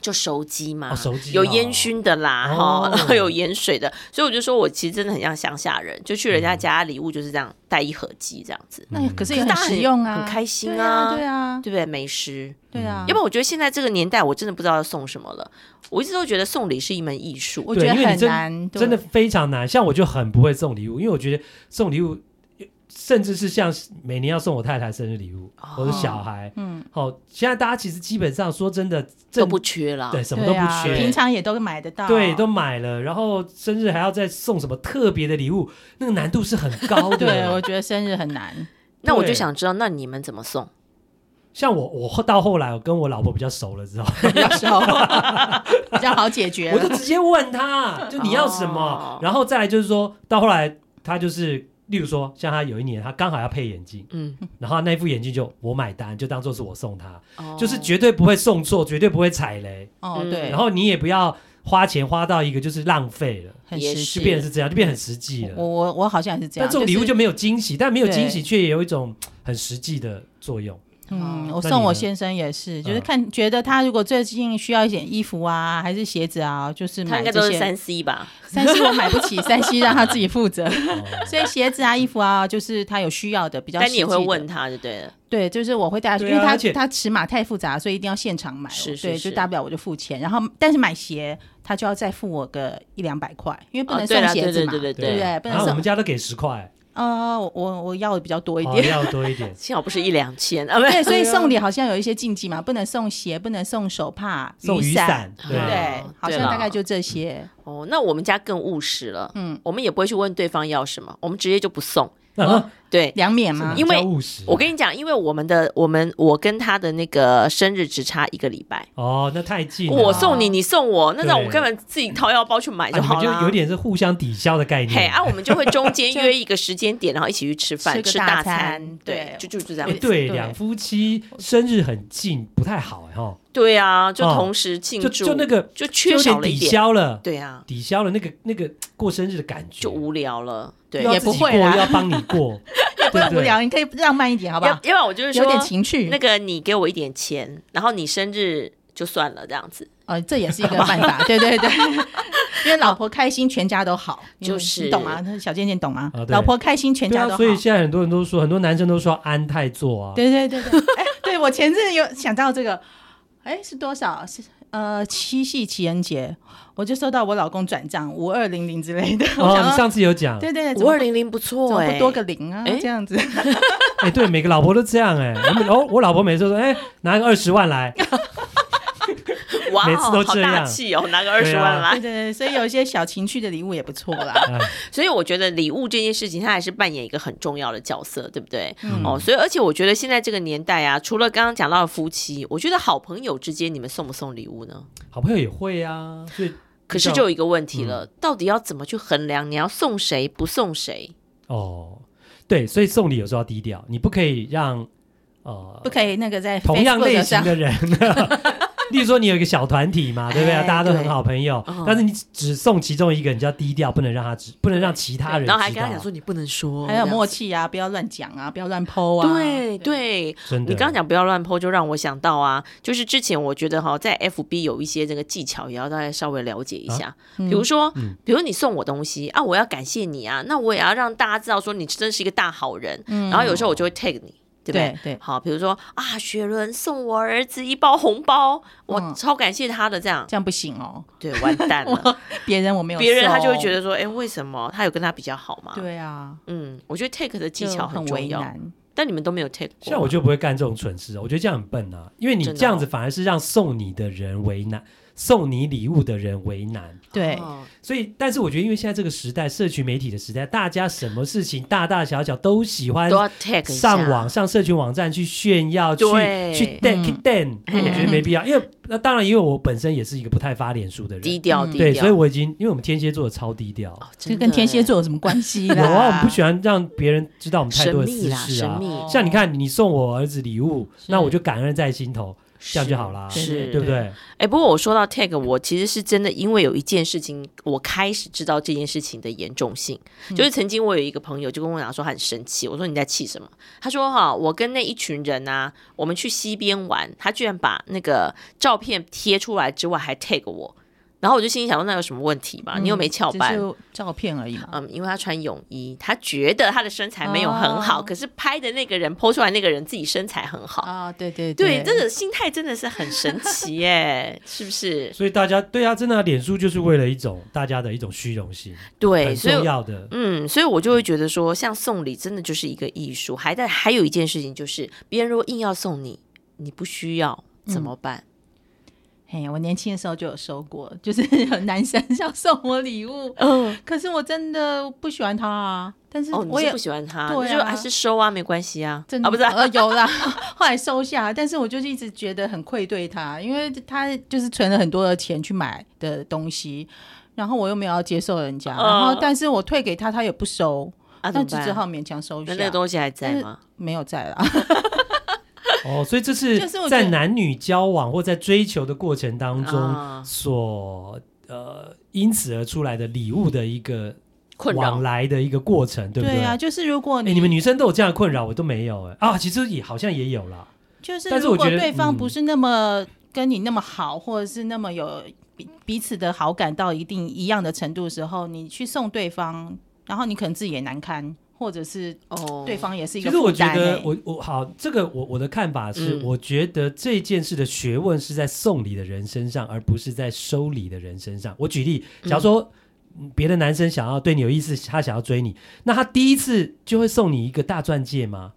Speaker 1: 就熟鸡嘛，
Speaker 3: 哦熟鸡
Speaker 1: 有
Speaker 3: 哦
Speaker 1: 烟熏的啦，
Speaker 3: 哦
Speaker 1: 哈、然后有盐水的，所以我就说我其实真的很像乡下人，就去人家家礼物就是这样带一盒鸡这样子，
Speaker 3: 嗯
Speaker 2: 那可是也
Speaker 1: 可是
Speaker 2: 很
Speaker 1: 大家
Speaker 2: 实用啊，
Speaker 1: 很开心
Speaker 2: 对
Speaker 1: 啊
Speaker 2: 对啊，
Speaker 1: 对不对？美食，
Speaker 2: 对啊
Speaker 1: 要。不然我觉得现在这个年代我真的不知道要送什么了，
Speaker 3: 嗯
Speaker 1: 我一直都觉得送礼是一门艺术，
Speaker 2: 我觉
Speaker 3: 对
Speaker 2: 得
Speaker 3: 因为你
Speaker 2: 很
Speaker 3: 真
Speaker 2: 难，对
Speaker 3: 真的非常难。像我就很不会送礼物，因为我觉得送礼物，甚至是像每年要送我太太生日礼物，
Speaker 1: 哦
Speaker 3: 我的小孩。
Speaker 2: 嗯，
Speaker 3: 好、现在大家其实基本上说真的，
Speaker 1: 都
Speaker 3: 正
Speaker 1: 不缺了。
Speaker 3: 对什么
Speaker 2: 对
Speaker 3: 都不
Speaker 2: 啊
Speaker 3: 缺
Speaker 2: 平，常也都买得到，
Speaker 3: 对都买了，然后生日还要再送什么特别的礼物，那个难度是很高的。
Speaker 2: 对，我觉得生日很难，
Speaker 1: 那我就
Speaker 3: 对
Speaker 1: 想知道，那你们怎么送？
Speaker 3: 像我，我到后来我跟我老婆比较熟了之后，
Speaker 2: 比较 熟，比较好解决
Speaker 3: 我就
Speaker 2: 了。
Speaker 3: 直接 问他，就你要什么
Speaker 1: 哦，
Speaker 3: 然后再来就是说到后来，他就是例如说，像他有一年他刚好要配眼镜，
Speaker 1: 嗯，
Speaker 3: 然后那副眼镜就我买单，就当做是我送他，
Speaker 1: 哦
Speaker 3: 就是绝对不会送错，绝对不会踩雷，
Speaker 2: 哦，
Speaker 1: 嗯
Speaker 2: 对，
Speaker 3: 然后你也不要花钱花到一个就是浪费了，
Speaker 2: 很
Speaker 1: 也
Speaker 2: 实
Speaker 1: 是
Speaker 2: 际
Speaker 3: 就变成是这样，就变很实际
Speaker 2: 我
Speaker 3: 了。
Speaker 2: 我我好像也是这
Speaker 3: 但
Speaker 2: 样，
Speaker 3: 这种礼物
Speaker 2: 是
Speaker 3: 就没有惊喜，但没有惊喜
Speaker 2: 对
Speaker 3: 却也有一种很实际的 作用。
Speaker 2: 嗯，我
Speaker 3: 哦那
Speaker 2: 送
Speaker 3: 你
Speaker 2: 我
Speaker 3: 呢
Speaker 2: 先生也是，就是
Speaker 3: 嗯
Speaker 2: 看觉得他如果最近需要一点衣服啊，还是鞋子啊，就是
Speaker 1: 哦他
Speaker 2: 买
Speaker 1: 应该
Speaker 2: 这
Speaker 1: 都是
Speaker 2: 些。
Speaker 1: 三 C 吧？
Speaker 2: 三西我买不 起，三西让他自己负责，
Speaker 3: 哦
Speaker 2: 所以鞋子啊、衣服啊，就是他有需要的比较。
Speaker 1: 但你也会问，他就对了。
Speaker 2: 对，就是我会带他去，
Speaker 3: 对
Speaker 2: 因为
Speaker 3: 啊
Speaker 2: 他
Speaker 3: 而且
Speaker 2: 他尺码太复杂，所以一定要现场买哦。
Speaker 1: 是是
Speaker 2: 对，
Speaker 1: 是
Speaker 2: 就大不了我就付钱，然后但是买鞋他就要再付我个一两百块，因为不能
Speaker 1: 哦对
Speaker 2: 送
Speaker 1: 啦
Speaker 2: 鞋子嘛。
Speaker 1: 对对对。
Speaker 2: 对不对不能
Speaker 3: 然后我
Speaker 2: 送
Speaker 3: 们家都给十块，
Speaker 2: 呃，我我我要的比较多一
Speaker 3: 哦
Speaker 2: 点。
Speaker 3: 要多一点
Speaker 1: 幸好不是一两 千啊，不
Speaker 2: 对，
Speaker 1: 是。
Speaker 2: 所以送礼好像有一些禁忌嘛，不能送鞋，不能送手帕、
Speaker 3: 送雨
Speaker 2: 伞
Speaker 3: 伞，，
Speaker 1: 对
Speaker 2: 对
Speaker 1: 哦，
Speaker 2: 好像
Speaker 1: 对啦
Speaker 2: 大概就这些。
Speaker 1: 哦，那我们家更务实了，嗯，我们也不会去问对方要什么，我们直接就不送。
Speaker 3: 啊
Speaker 1: 对，
Speaker 2: 两免吗？
Speaker 1: 因为
Speaker 3: 比较务实啊
Speaker 1: 我跟你讲，因为我们的我们我跟他的那个生日只差一个礼拜，
Speaker 3: 哦，那太近了，
Speaker 1: 我送
Speaker 2: 哦
Speaker 1: 你，你送我，那种
Speaker 3: 对
Speaker 1: 我根本自己掏腰包去买
Speaker 3: 啊、
Speaker 1: 就
Speaker 3: 你们
Speaker 1: 好
Speaker 3: 就
Speaker 1: 了。
Speaker 3: 有点是互相抵消的概念。哎
Speaker 1: 嘿啊，我们就会中 间约一个时间点，然后一起去吃
Speaker 2: 吃
Speaker 1: 饭，
Speaker 2: 个
Speaker 1: 吃
Speaker 2: 大餐
Speaker 1: 餐，对，
Speaker 2: 对
Speaker 1: 就就就这
Speaker 3: 哎、
Speaker 1: 样子。
Speaker 3: 对，
Speaker 2: 对
Speaker 3: 两夫妻生日很近，不太好哎哈，
Speaker 1: 对啊，就
Speaker 3: 哦
Speaker 1: 同时庆
Speaker 3: 就
Speaker 1: 祝，
Speaker 3: 就那个
Speaker 1: 就
Speaker 3: 就
Speaker 1: 缺
Speaker 3: 有
Speaker 1: 少了
Speaker 3: 点抵
Speaker 1: 一点，
Speaker 3: 消了，
Speaker 1: 对啊，
Speaker 3: 抵消了那个那个过生日的感觉，
Speaker 1: 就无聊了，对，
Speaker 3: 又
Speaker 1: 嗯要
Speaker 3: 要
Speaker 2: 也
Speaker 3: 自己
Speaker 2: 不会
Speaker 3: 过
Speaker 2: 啦
Speaker 3: 又要帮你 过，对
Speaker 2: 不
Speaker 3: 不
Speaker 2: 要无
Speaker 3: 对？
Speaker 2: 聊，你可以浪漫一点，好不
Speaker 1: 要
Speaker 2: 好？
Speaker 1: 不然我就是说
Speaker 2: 有点情趣，
Speaker 1: 那个你给我一点钱，然后你生日就算了，这样子。
Speaker 2: 呃，这也是一个办法， 对对对。因为老婆开心，全家都好，因为
Speaker 1: 哦就是
Speaker 2: 你懂吗？那小健健懂吗
Speaker 3: 啊？对
Speaker 2: 老婆开心，全
Speaker 3: 对
Speaker 2: 家
Speaker 3: 啊
Speaker 2: 都，好
Speaker 3: 所。以现在很多人都说，很多男生都说安泰座啊，
Speaker 2: 对对对对， 哎，对我前阵有想到这个，哎，是多少？是呃，七夕情人节，我就收到我老公转账五二零零之类的，我
Speaker 3: 哦，
Speaker 2: 想
Speaker 3: 你
Speaker 2: 说，
Speaker 3: 上次有讲，
Speaker 2: 对对，对
Speaker 1: 五二零哎零不错
Speaker 2: 怎么
Speaker 1: 哎、
Speaker 2: 不 多个零啊？
Speaker 1: 哎
Speaker 2: 这样子，
Speaker 3: 哎、对，每个老婆都这样哎、我们哦，我老婆每次都说，哎、拿个二十万来，
Speaker 1: 哇
Speaker 3: 每
Speaker 1: 哦，
Speaker 3: 次都
Speaker 1: 好
Speaker 3: 这
Speaker 1: 大
Speaker 3: 样
Speaker 1: 气哦，拿个二
Speaker 3: 对
Speaker 1: 十
Speaker 3: 啊
Speaker 1: 万来。
Speaker 2: 对对对，所以有一些小情趣的礼物也不错 啦。
Speaker 3: 哎
Speaker 1: 所以我觉得礼物这件事情，它还是扮演一个很重要的角色，对不对？
Speaker 2: 嗯
Speaker 1: 哦，所以而且我觉得现在这个年代啊，除了刚刚讲到的夫妻，我觉得好朋友之间，你们送不送礼物呢？
Speaker 3: 好朋友也会啊，所以
Speaker 1: 可是就有一个问题
Speaker 3: 嗯
Speaker 1: 了，到底要怎么去衡量你要送谁不送谁？
Speaker 3: 哦，对，所以送礼有时候要低调，你不可以让呃
Speaker 2: 不可以那个在
Speaker 3: 同样
Speaker 2: Facebook
Speaker 3: 类型
Speaker 2: 上
Speaker 3: 的人，例如说你有一个小团体嘛，对不对？
Speaker 2: 哎
Speaker 3: 大家都很
Speaker 2: 对
Speaker 3: 好朋友
Speaker 1: 嗯，
Speaker 3: 但是你只只送其中一个，你就要低调，不能让他知，不能让其他人
Speaker 1: 然后还
Speaker 3: 知
Speaker 1: 跟他讲
Speaker 3: 道。
Speaker 1: 说你不能说，
Speaker 2: 还有默
Speaker 1: 契。
Speaker 2: 契啊，不要乱讲啊，不要乱剖啊。
Speaker 1: 对对，
Speaker 3: 真的，
Speaker 1: 你刚刚讲不要乱剖，就让我想到啊，就是之前我觉得哈，在 FB 有一些这个技巧，也要大家稍微了解一下。
Speaker 2: 嗯，
Speaker 1: 比如说，
Speaker 3: 啊嗯
Speaker 1: 比如你送我东西啊，我要感谢你啊，那我也要让大家知道说你真是一个大好人。
Speaker 2: 嗯
Speaker 1: 然后有时候我就会 tag 你，对不对？
Speaker 2: 对对
Speaker 1: 好，比如说啊，雪伦送我儿子一包红包，我
Speaker 2: 嗯
Speaker 1: 超感谢他的，这样、
Speaker 2: 这样不行哦，
Speaker 1: 对，完蛋了，
Speaker 2: 别 人我没有，
Speaker 1: 别人他就会觉
Speaker 2: 得，
Speaker 1: 得说，哎，为什么他有跟他比较好嘛？
Speaker 2: 对啊，
Speaker 1: 嗯，我觉得 tag 的技
Speaker 2: 就
Speaker 1: 巧
Speaker 2: 很
Speaker 1: 重
Speaker 2: 为
Speaker 1: 要，
Speaker 2: 难。
Speaker 1: 但你们都没有 tag 过，
Speaker 3: 像我就不会干这种蠢事，我觉得这样很笨啊，因为你
Speaker 1: 真的
Speaker 3: 这样
Speaker 1: 哦
Speaker 3: 子反而是让送你的人为难，送你礼物的人为难。
Speaker 2: 对，
Speaker 1: 哦
Speaker 3: 所以，但是我觉得，因为现在这个时代，社群媒体的时代，大家什么事情大大小小都喜欢
Speaker 1: 都要 tag 一下
Speaker 3: 上网上社群网站去炫耀，去
Speaker 1: 对
Speaker 3: 去 dan
Speaker 2: 嗯
Speaker 3: kick dan，
Speaker 1: 嗯
Speaker 3: 我觉得没必要，因为那当然，因为我本身也是一个不太发脸书的
Speaker 1: 低
Speaker 3: 人，
Speaker 1: 调
Speaker 2: 嗯
Speaker 1: 低
Speaker 3: 对，
Speaker 1: 调，
Speaker 3: 所以我已经因为我们天蝎座超低调，
Speaker 1: 哦
Speaker 2: 这跟天蝎。座有什么关系
Speaker 3: 有
Speaker 2: 啦？
Speaker 3: 啊，我们不喜欢让别人知道我们太
Speaker 1: 真
Speaker 3: 多
Speaker 1: 的耶神秘
Speaker 3: 的私
Speaker 1: 啦，
Speaker 3: 事
Speaker 1: 神
Speaker 3: 啊。
Speaker 1: 秘
Speaker 2: 哦
Speaker 3: 像你看，你送我儿子礼物，
Speaker 2: 是
Speaker 3: 那我就感恩在心头。这样就好啦，
Speaker 2: 是
Speaker 3: 对不对？
Speaker 1: 哎，不过我说到 tag，我其实是真的因为有一件事情，我开始知道这件事情的严重性。
Speaker 3: 嗯
Speaker 1: 就是曾经我有一个朋友就跟我讲说他很生气，我说你在气什么？他说哈，我跟那一群人啊，我们去溪边玩，他居然把那个照片贴出来之外还 tag 我，然后我就心里想说那有什么问题嘛？你
Speaker 3: 嗯
Speaker 1: 又没翘
Speaker 2: 嗯只
Speaker 1: 班。
Speaker 2: 是照片而已嘛。
Speaker 1: 嗯，因为他穿泳衣，他觉得他的身材没有很好，
Speaker 2: 哦
Speaker 1: 可是拍的那个人 PO 出来那个人自己身材很好，
Speaker 2: 啊，对对
Speaker 1: 对，这个心态真的是很神奇耶，是不是？
Speaker 3: 所以大家对啊，真的啊、脸书就是为了一种大家的一种虚荣心，
Speaker 1: 对，
Speaker 3: 很
Speaker 1: 所以
Speaker 3: 重
Speaker 1: 我
Speaker 3: 要的。
Speaker 1: 嗯，所以我就会觉得说，像送礼真的就是一个艺术。还在还有一件事情就是，别人如果硬要送你，你不需要怎
Speaker 2: 嗯
Speaker 1: 么办？
Speaker 2: 嘿，我年轻的时候就有收过，就是有男生要送我礼物，
Speaker 1: 嗯，
Speaker 2: 可是我真的不喜欢他啊。但是
Speaker 1: 哦，
Speaker 2: 哦我
Speaker 1: 你
Speaker 2: 也、
Speaker 1: 是不喜欢他，
Speaker 2: 对啊
Speaker 1: 那就还是收啊，没关系啊，
Speaker 2: 真的、
Speaker 1: 啊，不是啊、
Speaker 2: 呃有啦， 后来收下，但是我就是一直觉得很愧对他，因为他就是存了很多的钱去买的东西，然后我又没有要接受人家，
Speaker 1: 嗯
Speaker 2: 然后但是我退给他，他也不收，
Speaker 1: 啊，
Speaker 2: 那
Speaker 1: 怎么
Speaker 2: 就只好
Speaker 1: 办？
Speaker 2: 勉强收下
Speaker 1: 那。那个东西还在吗？
Speaker 2: 没有在了，
Speaker 3: 哦，所以这是
Speaker 2: 就是我觉得
Speaker 3: 在男女交往或在追求的过程当中
Speaker 1: 啊、
Speaker 3: 所呃因此而出来的礼物的一个
Speaker 1: 困扰
Speaker 3: 往，来的一个过程，对不
Speaker 2: 对
Speaker 3: 对？
Speaker 2: 啊，就是如果
Speaker 3: 哎、
Speaker 2: 你、
Speaker 3: 你们女生都有这样的困扰，我都没有哎、啊，其实也好像也有啦。
Speaker 2: 就是
Speaker 3: 但是
Speaker 2: 如
Speaker 3: 我
Speaker 2: 果
Speaker 3: 觉得
Speaker 2: 对方
Speaker 3: 嗯
Speaker 2: 不是那么跟你那么好，或者是那么有彼彼此的好感到一定一样的程度的时候，你去送对方，然后你可能自己也难堪，或者是
Speaker 1: 哦，
Speaker 2: 对方也是一
Speaker 3: 其
Speaker 2: 个
Speaker 3: 实我
Speaker 2: 负
Speaker 3: 觉
Speaker 2: 担、欸。
Speaker 3: 得我，我好，这个我我的看法是，
Speaker 1: 嗯
Speaker 3: 我觉得这件事的学问是在送礼的人身上，而不是在收礼的人身上。我举例，假如说嗯别的男生想要对你有意思，他想要追你，那他第一次就会送你一个大钻戒吗？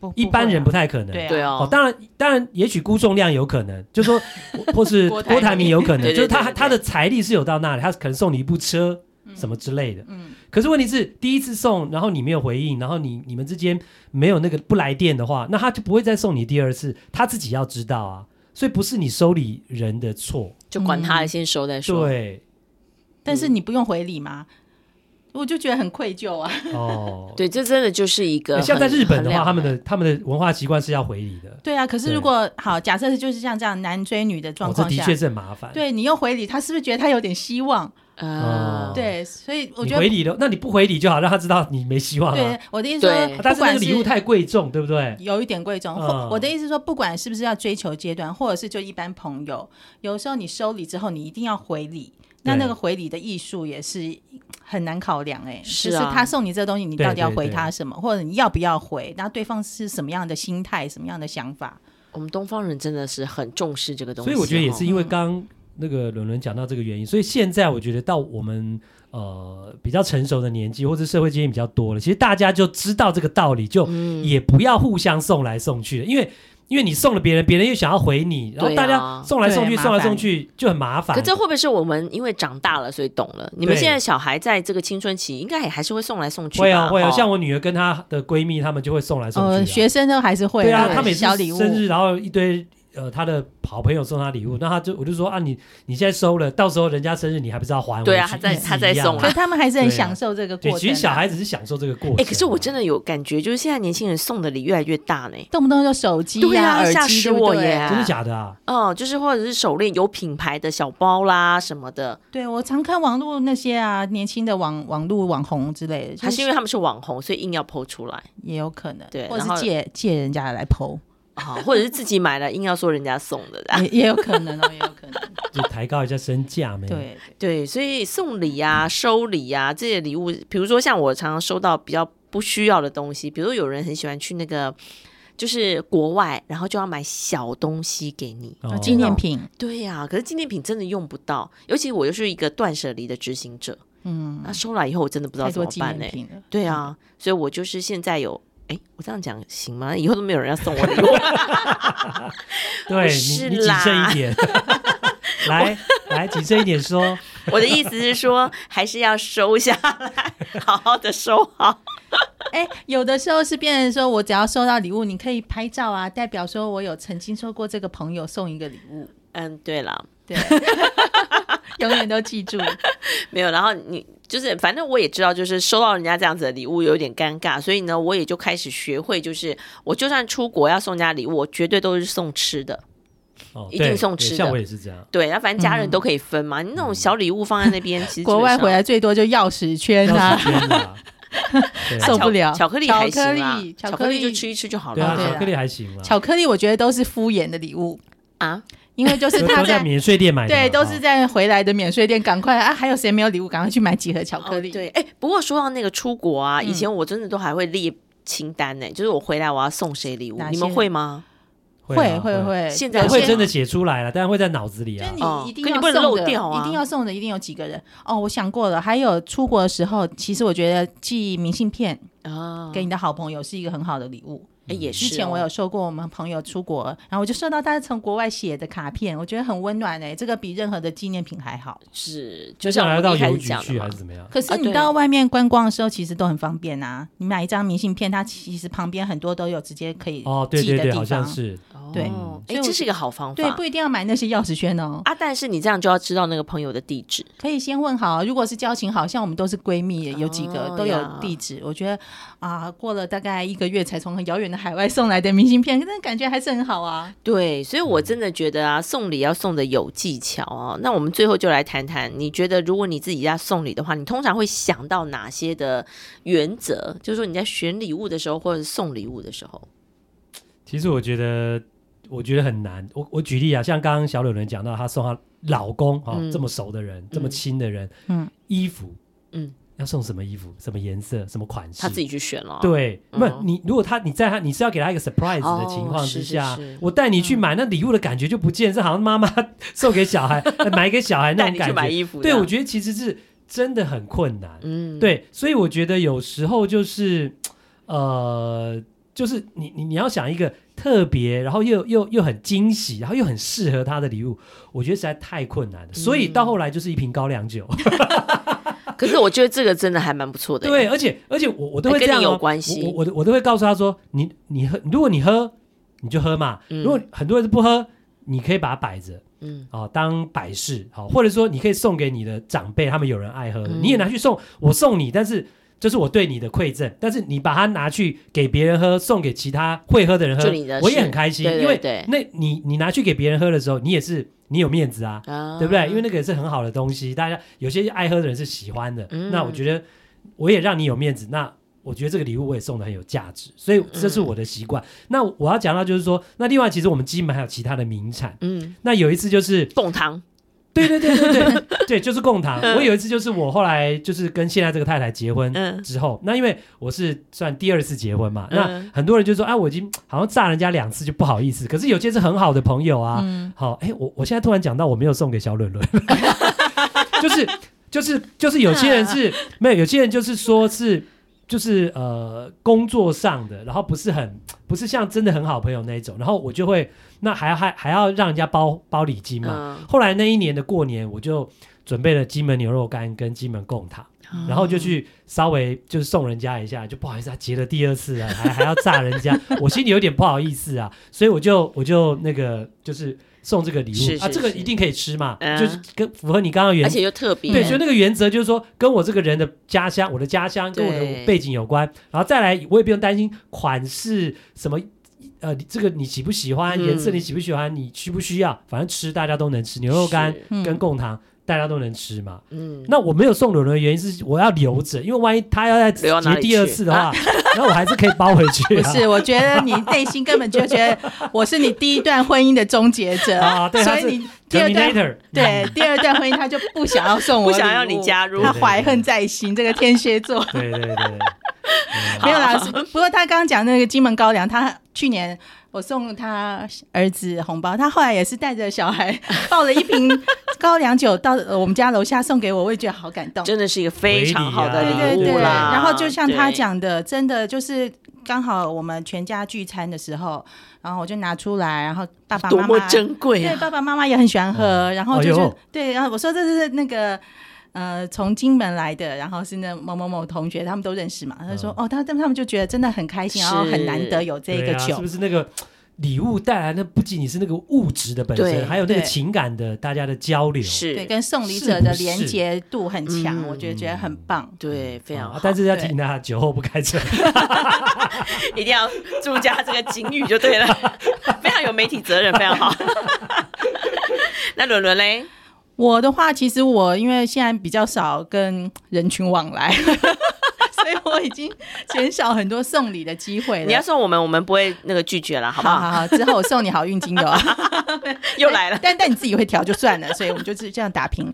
Speaker 2: 不
Speaker 3: 一般人不
Speaker 2: 不会啊
Speaker 3: 太可能。
Speaker 2: 对啊
Speaker 1: 对
Speaker 3: 哦
Speaker 1: 哦，，
Speaker 3: 当然，当然，也许辜仲亮有可能，就说或或 是
Speaker 2: 郭台
Speaker 3: 郭
Speaker 2: 铭
Speaker 3: 台铭有可能，
Speaker 1: 对对
Speaker 3: 就是
Speaker 1: 对
Speaker 3: 他
Speaker 1: 对对
Speaker 3: 他的财力是有到那里，他可能送你一部车什么之类的。
Speaker 2: 嗯
Speaker 3: 可是问题是，第一次送，然后你没有回应，然后你你们之间没有那个不来电的话，那他就不会再送你第二次，他自己要知道啊。所以不是你收礼人的错，
Speaker 1: 就管他了，先收再说。。
Speaker 3: 嗯对
Speaker 2: 啊，但
Speaker 3: 嗯
Speaker 2: 是你不用回礼吗？我就觉得很愧疚啊。
Speaker 3: 哦
Speaker 1: 对，这真的就是一个
Speaker 3: 欸
Speaker 1: 很
Speaker 3: 像在日本
Speaker 1: 很
Speaker 3: 的话，
Speaker 1: 两
Speaker 3: 他们的他们的文化习惯是要回礼的，
Speaker 2: 对啊，可是
Speaker 3: 对
Speaker 2: 如果好，假设就是像这样男追女的状
Speaker 3: 哦，这
Speaker 2: 况
Speaker 3: 的
Speaker 2: 下，
Speaker 3: 确是很麻烦。
Speaker 2: 对你又回礼，他是不是觉得他有点希望？
Speaker 1: 呃
Speaker 3: 哦，
Speaker 2: 对，所以我
Speaker 3: 你
Speaker 2: 觉得
Speaker 3: 回礼了，那你不回礼就好，让他知道你没希望啊了、啊
Speaker 2: 对我的意思说
Speaker 1: 对，
Speaker 3: 但
Speaker 2: 不
Speaker 3: 是那
Speaker 2: 管
Speaker 3: 个礼物太贵重，对不对？
Speaker 2: 有一点贵重。或、
Speaker 3: 嗯
Speaker 2: 我的意思是说，不管是不是要追求阶段，或者是就一般朋友，有时候你收礼之后，你一定要回礼。那
Speaker 3: 对
Speaker 2: 那个回礼的艺术也是很难考量哎、
Speaker 1: 是
Speaker 2: 就
Speaker 1: 啊
Speaker 2: 是他送你这东西，你到底要
Speaker 3: 对对
Speaker 2: 回他什么，或者你要不要回，那对方是什么样的心态，什么样的想法？
Speaker 1: 我们东方人真的是很重视这个东西
Speaker 3: 所
Speaker 1: 哦，
Speaker 3: 以我觉得也是因为刚刚那个伦伦讲到这个原因，所以现在我觉得到我们呃比较成熟的年纪，或者社会经验比较多了，其实大家就知道这个道理，就
Speaker 1: 嗯
Speaker 3: 也不要互相送来送去了，因为。因为你送了别人，别人又想要回你，然后
Speaker 1: 对啊啊
Speaker 3: 大家送来送去、
Speaker 2: 对麻
Speaker 3: 送
Speaker 2: 烦
Speaker 3: 来送去就很麻烦
Speaker 1: 可。这会不会是我们因为长大了所以懂了？你们
Speaker 3: 对
Speaker 1: 现在小孩在这个青春期，应该也还是会送来送去吧？
Speaker 3: 会啊会啊，
Speaker 1: 哦
Speaker 3: 像我女儿跟她的闺蜜，她们就会送来送去、啊。
Speaker 2: 呃，学生都还是会
Speaker 3: 对啊，
Speaker 2: 啦
Speaker 3: 她每次
Speaker 2: 小礼物，
Speaker 3: 生日，然后一堆呃她的好朋友送她礼物，那她就我就说啊，你你现在收了，到时候人家生日你还不知道还回去
Speaker 1: 对啊她在
Speaker 3: 意思
Speaker 1: 她在
Speaker 3: 一样
Speaker 1: 送
Speaker 2: 所
Speaker 1: 啊
Speaker 2: 以他们还是很
Speaker 3: 对啊
Speaker 2: 享受这个过
Speaker 3: 对，
Speaker 2: 程啊、
Speaker 3: 其实小孩子是享受这个过程啊。
Speaker 1: 哎、可是我真的有感觉，就是现在年轻人送的礼越来越大呢。
Speaker 2: 动不动就手机
Speaker 1: 对
Speaker 2: 呀、
Speaker 1: 啊
Speaker 2: 耳
Speaker 1: 吓
Speaker 2: 机，
Speaker 1: 死
Speaker 2: 对不
Speaker 1: 我
Speaker 2: 对
Speaker 1: 耶
Speaker 3: 真的假的啊？
Speaker 1: 哦、就是或者是手链有品牌的小包啦什么的，
Speaker 2: 对我常看网络那些啊，年轻的网网络网红之类的，就
Speaker 1: 还是因为他们是网红，所以硬要剖出来
Speaker 2: 也有可能，
Speaker 1: 对
Speaker 2: 或
Speaker 1: 然后
Speaker 2: 是借借人家来剖，
Speaker 1: 啊、或者是自己买了硬要说人家送的啦。
Speaker 2: 也也有可 能哦，也有可能，
Speaker 3: 就抬高一下身价没有？
Speaker 2: 对，啊
Speaker 1: 对，所以送礼呀、收礼呀、这些礼物，比如说像我常常收到比较不需要的东西，比如有人很喜欢去那个就是国外，然后就要买小东西给你。
Speaker 3: 哦
Speaker 2: 纪念品，
Speaker 1: 对呀、可是纪念品真的用不到，尤其我又是一个断舍离的执行者，
Speaker 2: 嗯，
Speaker 1: 那收来以后我真的不知道
Speaker 2: 太
Speaker 1: 怎
Speaker 2: 多
Speaker 1: 么
Speaker 2: 纪
Speaker 1: 办呢、
Speaker 2: 念品了，嗯
Speaker 1: 对啊，所以我就是现在有，哎，我这样讲行吗？以后都没有人要送我礼物，
Speaker 3: 对，
Speaker 1: 不
Speaker 3: 你
Speaker 1: 是
Speaker 2: 哦
Speaker 3: 你谨慎 一点，来来谨慎一点说，
Speaker 1: 我的意思是说，还是要收下来，好好的收好。
Speaker 2: 哎、有的时候是变成说我只要收到礼物，你可以拍照啊，代表说我有曾经收过这个朋友送一个礼 物，
Speaker 1: 嗯，对了，
Speaker 2: 对，永远都记住，
Speaker 1: 没有，然后你就是，反正我也知道，就是收到人家这样子的礼物有点尴尬，所以呢，我 也就开始学会，就是我就算出国要送人家礼物，我绝对都是送吃的。
Speaker 3: 哦，
Speaker 1: 一定
Speaker 3: 对
Speaker 1: 送
Speaker 3: 对
Speaker 1: 吃
Speaker 3: 像
Speaker 1: 的
Speaker 3: 我也是这样。
Speaker 1: 对，那反正家人都可以分嘛。你那种小礼物放在那边，其实基本
Speaker 2: 国外
Speaker 1: 上
Speaker 2: 回来最多就钥匙圈
Speaker 3: 要
Speaker 2: 啊，
Speaker 3: 时间 啦，对
Speaker 1: 啊
Speaker 2: 受
Speaker 1: 巧
Speaker 2: 不了
Speaker 1: 巧克力还行啦
Speaker 2: 巧克力，
Speaker 1: 巧
Speaker 2: 巧
Speaker 1: 克
Speaker 2: 克
Speaker 1: 力
Speaker 2: 力
Speaker 1: 就吃一吃就好
Speaker 3: 对啊，
Speaker 1: 了
Speaker 2: 对啦
Speaker 3: 巧克力还行啦，
Speaker 2: 巧克力我觉得都是敷衍的礼物，
Speaker 1: 啊。
Speaker 2: 因为就是
Speaker 3: 都
Speaker 2: 他
Speaker 3: 都在
Speaker 2: 在。
Speaker 3: 免税店买的嘛，
Speaker 2: 对，都是
Speaker 3: 哦
Speaker 2: 在回来的免税店，赶快啊！还有谁没有礼物？赶快去买几盒巧克力。
Speaker 1: 哦对，哎、不过说到那个出国啊，
Speaker 2: 嗯
Speaker 1: 以前我真的都还会列清单呢、就是我回来我要送谁礼物，
Speaker 2: 哪些
Speaker 1: 你们会吗？
Speaker 2: 会
Speaker 3: 啊
Speaker 2: 会会，
Speaker 1: 现在有
Speaker 2: 有
Speaker 3: 不会
Speaker 1: 些
Speaker 3: 真的写出来了，但会在脑子里
Speaker 2: 就
Speaker 3: 啊
Speaker 2: 是。
Speaker 1: 哦
Speaker 2: 你一定
Speaker 1: 可
Speaker 2: 要
Speaker 1: 你不能
Speaker 2: 送
Speaker 1: 漏
Speaker 2: 的
Speaker 1: 掉啊
Speaker 2: 一定要送的，一定有几个人哦。我想过了，还有出国的时候，其实我觉得寄明信片
Speaker 1: 啊，
Speaker 2: 给你的好朋友是一个很好的礼物。
Speaker 1: 哎也是、
Speaker 2: 之前我有，收过我们朋友出国，然后我就收到他从国外写的卡片，我觉得很温暖哎、这个比任何的纪念品还好。
Speaker 1: 是就
Speaker 3: 就
Speaker 1: 像
Speaker 3: 像
Speaker 1: 我
Speaker 3: 来
Speaker 1: 们
Speaker 3: 到
Speaker 1: 一开
Speaker 3: 邮
Speaker 1: 始
Speaker 3: 局
Speaker 1: 讲的
Speaker 3: 去还
Speaker 1: 嘛
Speaker 3: 是，怎么样？
Speaker 2: 可是
Speaker 1: 啊
Speaker 2: 你
Speaker 1: 对
Speaker 2: 到外面观光的时候，其实都很方便啊。你买一张明信片，它其实旁边很多都有直接可以
Speaker 3: 哦，对
Speaker 2: 寄
Speaker 3: 对
Speaker 2: 的
Speaker 3: 对，
Speaker 2: 地
Speaker 3: 好像
Speaker 2: 方
Speaker 3: 是
Speaker 2: 对
Speaker 1: 哦哎、
Speaker 2: 所以我
Speaker 1: 这是一个好方
Speaker 2: 对，
Speaker 1: 法
Speaker 2: 不一定要买那些钥匙圈哦，
Speaker 1: 啊。但是你这样就要知道那个朋友的地址，
Speaker 2: 可以先问好。如果是交情好，像我们都是闺蜜，有几个
Speaker 1: 哦
Speaker 2: 都有
Speaker 1: 呀
Speaker 2: 地址。我觉得啊，过了大概一个月才从很遥远的海外送来的明信片，那感觉还是很好啊。
Speaker 1: 对，所以
Speaker 3: 嗯
Speaker 1: 我真的觉得啊，送礼要送的有技巧哦。那我们最后就来谈谈，你觉得如果你自己要送礼的话，你通常会想到哪些的原则？就是说你在选礼物的时候，或者送礼物的时候，
Speaker 3: 其实我觉得，我觉得很难。我我举例啊，像刚刚小柳人讲到，她送她老公啊、哦
Speaker 1: 嗯
Speaker 3: 这么熟的人，这么亲的人，
Speaker 2: 嗯，
Speaker 3: 衣服，
Speaker 1: 嗯，
Speaker 3: 要送什么衣服，什么颜色，什么款式，
Speaker 1: 他自己去选了。
Speaker 3: 对，
Speaker 1: 嗯
Speaker 3: 不、你如果他你在他你是要给他一个 surprise
Speaker 1: 哦
Speaker 3: 的情况之下，
Speaker 1: 是是是嗯
Speaker 3: 我带你去买那礼物的感觉就不见，是好像妈妈送给小孩买给小孩
Speaker 1: 带
Speaker 3: 那种
Speaker 1: 你去
Speaker 3: 感
Speaker 1: 买
Speaker 3: 觉。
Speaker 1: 衣服的。
Speaker 3: 对，我觉得其实是真的很困难。
Speaker 1: 嗯，
Speaker 3: 对，所以我觉得有时候就是，呃，就是你你你要想一个特别，然后又又又很惊喜，然后又很适合他的礼物，我觉得实在太困难
Speaker 1: 嗯
Speaker 3: 了。所以到后来就是一瓶高粱 酒，
Speaker 1: 可是我觉得这个真的还蛮不错的。欸
Speaker 3: 对，，而且而且我我都
Speaker 1: 哎
Speaker 3: 会这
Speaker 1: 跟
Speaker 3: 样、哦，
Speaker 1: 你有关系
Speaker 3: 我我我都我都会告诉他说，你你喝，如果你喝你就喝嘛，
Speaker 1: 嗯
Speaker 3: 如果很多人不喝，你可以把它摆着。
Speaker 1: 嗯，
Speaker 3: 啊、当摆饰，好、或者说你可以送给你的长辈，他们有人爱喝的，
Speaker 1: 嗯
Speaker 3: 你也拿去送，我送你，但是这是我对你的馈赠，但是你把它拿去给别人喝，送给其他会喝的人喝
Speaker 1: 就你的，
Speaker 3: 我也
Speaker 1: 事
Speaker 3: 很开心，
Speaker 1: 对对
Speaker 3: 因为
Speaker 1: 对
Speaker 3: 那你你拿去给别人喝的时候，你也是你有面子啊，
Speaker 1: 啊
Speaker 3: 对不对？因为那个也是很好的东西，大家有些爱喝的人是喜欢的，
Speaker 1: 嗯
Speaker 3: 那我觉得我也让你有面子，那我觉得这个礼物我也送的很有价值，所以这是
Speaker 1: 嗯
Speaker 3: 我的习惯。那我要讲到就是说，那另外其实我们金门还有其他的名产，
Speaker 1: 嗯，
Speaker 3: 那有一 次就是。
Speaker 1: 贡糖
Speaker 3: 对对对对对对，就是共堂。我有一次就是我后来就是跟现在这个太太结婚
Speaker 1: 嗯
Speaker 3: 之后，那因为我是算第二次结婚嘛，那
Speaker 1: 嗯
Speaker 3: 很多人就说啊，我已经好像炸人家两次就不好意思。可是有些是很好的朋友啊，
Speaker 2: 嗯，
Speaker 3: 好，哎，我我现在突然讲到我没有送给小伦伦， 就是就是就是有些人是没有，有些人就是说是。就是呃，工作上的，然后不是很不是像真的很好朋友那一种，然后我就会那还要还还要让人家包包礼金嘛，
Speaker 1: 嗯，
Speaker 3: 后来那一年的过年，我就准备了金门牛肉干跟金门贡糖，然后就
Speaker 1: 哦
Speaker 3: 去稍微就是送人家一下，就不好意思，他结了第二次啊，还还要炸人家， 我心里有点不好意思啊，所以我就我就那个就是送这个礼物
Speaker 1: 是
Speaker 3: 啊，
Speaker 1: 是
Speaker 3: 这个
Speaker 1: 是
Speaker 3: 一定可以吃嘛，
Speaker 1: 嗯
Speaker 3: 就是跟符合你刚刚的原
Speaker 1: 而且又嗯特别，
Speaker 3: 对，所以那个原则就是说，跟我这个人的家乡、我的家乡跟我
Speaker 1: 对
Speaker 3: 的背景有关，然后再来，我也不用担心款式什么，呃，这个你喜不喜欢，
Speaker 1: 嗯
Speaker 3: 颜色你喜不喜欢，你需不需要，反正吃大家都能吃，牛肉干
Speaker 1: 是
Speaker 2: 嗯
Speaker 3: 跟贡糖大家都能吃嘛。
Speaker 1: 嗯，
Speaker 3: 那我没有送柳伦的原因是我要留着，因为万一他要再
Speaker 1: 留到哪
Speaker 3: 结
Speaker 1: 里
Speaker 3: 第二
Speaker 1: 去啊
Speaker 3: 次的话，那我还是可以包回去、
Speaker 2: 不
Speaker 3: 啊。
Speaker 2: 是，我觉得你内心根本就觉得我是你第一段婚姻礼物
Speaker 3: 啊对他
Speaker 2: 所
Speaker 3: 是
Speaker 2: 以你第二段
Speaker 3: Terminator，
Speaker 2: 对第二段婚姻他就不想要送我，
Speaker 1: 不想要你加入
Speaker 2: 他怀恨在心。这个天蝎座
Speaker 3: 嗯对对对对，
Speaker 2: 没有啦，是 不过他刚刚讲那个金门高粱，他去年我送他儿子红包，他后来也是带着小孩抱了一瓶高粱酒到呃我们家楼下送给我，我也觉得好感动。
Speaker 1: 真的是一个非常好的
Speaker 3: 回礼啊
Speaker 1: 礼
Speaker 2: 对对
Speaker 1: 物
Speaker 2: 对，
Speaker 1: 啦。
Speaker 2: 然后就像他
Speaker 1: 对，
Speaker 2: 讲的，真的就是刚好我们全家聚餐的时候，然后我就拿出来，然后爸爸
Speaker 1: 多
Speaker 2: 妈
Speaker 1: 么
Speaker 2: 妈
Speaker 1: 珍贵
Speaker 2: 对
Speaker 1: 啊！
Speaker 2: 爸爸妈妈也很喜欢喝，
Speaker 3: 嗯
Speaker 2: 然后就是、
Speaker 3: 哎呦
Speaker 2: 对，然后我说这是那个。呃，从金门来的，然后是那某某某同学，他们都认识嘛。
Speaker 3: 嗯
Speaker 2: 他就说、哦，他他们就觉得真的很开心，
Speaker 1: 是
Speaker 2: 然后很难得有这
Speaker 3: 对
Speaker 2: 个
Speaker 3: 啊
Speaker 2: 酒。
Speaker 3: 是不是那个礼物带来的不仅仅是那个物质的本
Speaker 1: 对
Speaker 3: 身，还有那个
Speaker 2: 对
Speaker 3: 情感的大家的交流，
Speaker 1: 是，
Speaker 2: 对，跟送礼
Speaker 3: 是
Speaker 2: 者的
Speaker 3: 不是
Speaker 2: 连结度很强，
Speaker 1: 嗯
Speaker 2: 我觉得觉得很棒。
Speaker 1: 对，非常
Speaker 3: 啊
Speaker 1: 好，
Speaker 3: 但是要
Speaker 2: 对
Speaker 3: 提醒大家，酒后不开车。
Speaker 1: 一定要注加这个警语就对了，非常有媒体责任，非常好。 那伦伦嘞，
Speaker 2: 我的话，其实我因为现在比较少跟人群往来， 所以我已经减少很多送礼的机会
Speaker 1: 你要
Speaker 2: 了。
Speaker 1: 送我们，我们不会那个拒绝了，好不
Speaker 2: 好
Speaker 1: 好？
Speaker 2: 好好，之后我送你好运精油啊。
Speaker 1: 又来了，
Speaker 2: 但但 你自己会调就算了，所以我们就是这样 打平。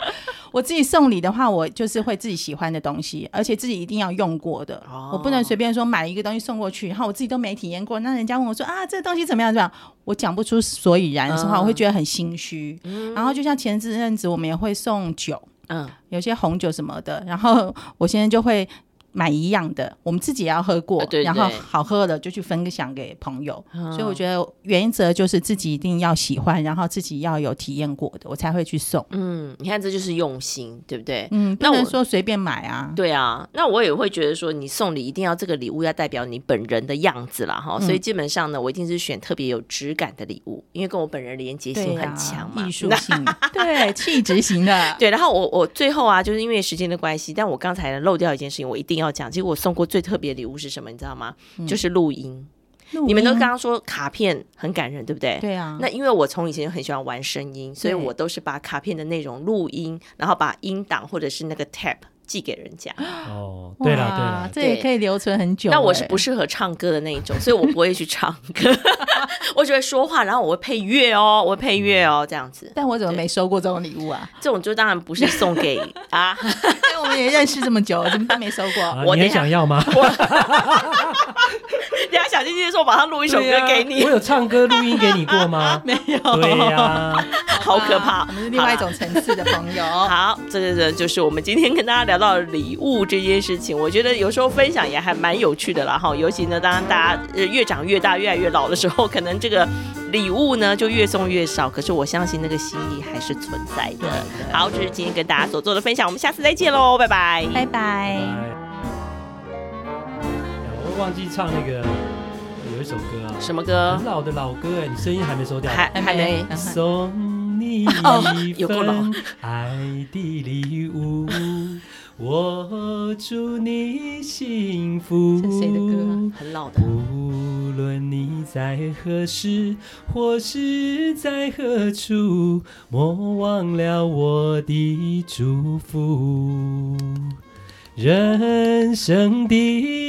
Speaker 2: 我自己送礼的话，我就是会自己喜欢的东西，而且自己一定要用过的。
Speaker 1: 哦
Speaker 2: 我不能随便说买一个东西送过去，然后我自己都没体验过，那人家问我说啊，这东西怎么样？怎么样？我讲不出所以然的话，
Speaker 1: 嗯
Speaker 2: 我会觉得很心虚。然后就像前阵子我们也会送酒，
Speaker 1: 嗯，
Speaker 2: 有些红酒什么的，然后我现在就会。买一样的，我们自己也要喝过，
Speaker 1: 啊对啊
Speaker 2: 然后
Speaker 1: 对
Speaker 2: 好喝的就去分享给朋友。所以我
Speaker 1: 得，
Speaker 2: 觉得原则就是自己一定要喜欢，然后自己要有体验过的，我才会去送。
Speaker 1: 嗯，你看这就是用心，对不对？
Speaker 2: 嗯，不
Speaker 1: 那
Speaker 2: 能
Speaker 1: 我
Speaker 2: 说随便买啊。
Speaker 1: 对啊，那我也会觉得说，你送礼一定要这个礼物要代表你本人的样子啦，哈、
Speaker 2: 嗯
Speaker 1: 所以基本上呢，我一定是选特别有质感的礼物，因为跟我本人连接
Speaker 2: 对
Speaker 1: 性
Speaker 2: 呀
Speaker 1: 很强嘛，
Speaker 2: 艺术 性，对气质型的，
Speaker 1: 对，然后我我最后啊，就是因为时间的关系，但我刚才漏掉一件事情，我一定要讲。其实我送过最特别的礼物是什么，你知道吗？就是录音。
Speaker 2: 嗯录 音
Speaker 1: 你们都刚刚说卡片很感人，对不对？
Speaker 2: 对啊，
Speaker 1: 那因为我从以前就很喜欢玩声音，所以
Speaker 2: 对
Speaker 1: 我都是把卡片的内容录音，然后把音档或者是那个 tab 寄给人家。
Speaker 3: 哦，对了对
Speaker 2: 哇
Speaker 3: 了，
Speaker 2: 这也可以留存很久欸。
Speaker 1: 但我是不适合唱歌的那一种，所以我不会去唱歌， 我只会说话，然后我会配乐哦，我会配乐哦，这样子。
Speaker 2: 但我怎么
Speaker 1: 对
Speaker 2: 没收过这种礼物啊？
Speaker 1: 这种就当然不是送给啊，
Speaker 2: 但我们也认识这么久，怎么都没收过？？
Speaker 3: 啊
Speaker 1: 我等
Speaker 3: 你也
Speaker 1: 一下
Speaker 3: 想要吗？
Speaker 1: 人家小静静说马上录一首歌给你
Speaker 3: 对啊，我有唱歌录音给你过吗
Speaker 2: 没有，
Speaker 3: 对呀，
Speaker 1: 好可怕。
Speaker 2: 啊我们是另外一种层次的朋友。
Speaker 1: 好，这这这就是我们今天跟大家聊到礼物这件事情，我觉得有时候分享也还蛮有趣的啦哈。尤其呢，当大家呃越长越大、越来越老的时候，可能这个礼物呢就越送越少，可是我相信那个心意还是存在的。好，这是今天跟大家所做的分享，我们下次再见喽，拜拜。
Speaker 2: 拜拜。
Speaker 3: 哎我会忘记唱那个有一首歌啊，
Speaker 1: 什么歌
Speaker 3: 很？老的老歌哎，你声音还没收掉。
Speaker 1: 还还没。
Speaker 2: 嗯
Speaker 3: 送你一
Speaker 1: 有够老
Speaker 3: 份爱的礼物，我祝你幸福。
Speaker 2: 这谁的歌啊
Speaker 1: 很老的，
Speaker 3: 无论你在何时，或是在何处，莫忘了我的祝福。人生的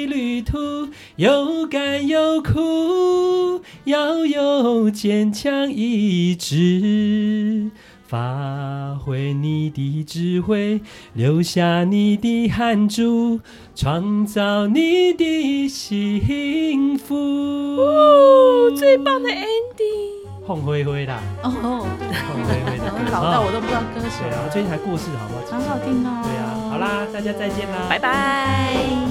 Speaker 3: 旅途有甘有苦，要有坚强意志，发挥你的智慧，留下你的汗珠，创造你的幸福。最棒的
Speaker 1: ending！
Speaker 3: 凤灰灰啦，
Speaker 2: 哦哦，
Speaker 3: 凤灰灰的
Speaker 2: 老到我都不知道歌手
Speaker 3: 对，啊，最近还过世，好不好？
Speaker 2: 很好听哦。
Speaker 3: 对啊，好啦，大家再见啦，
Speaker 1: 拜拜。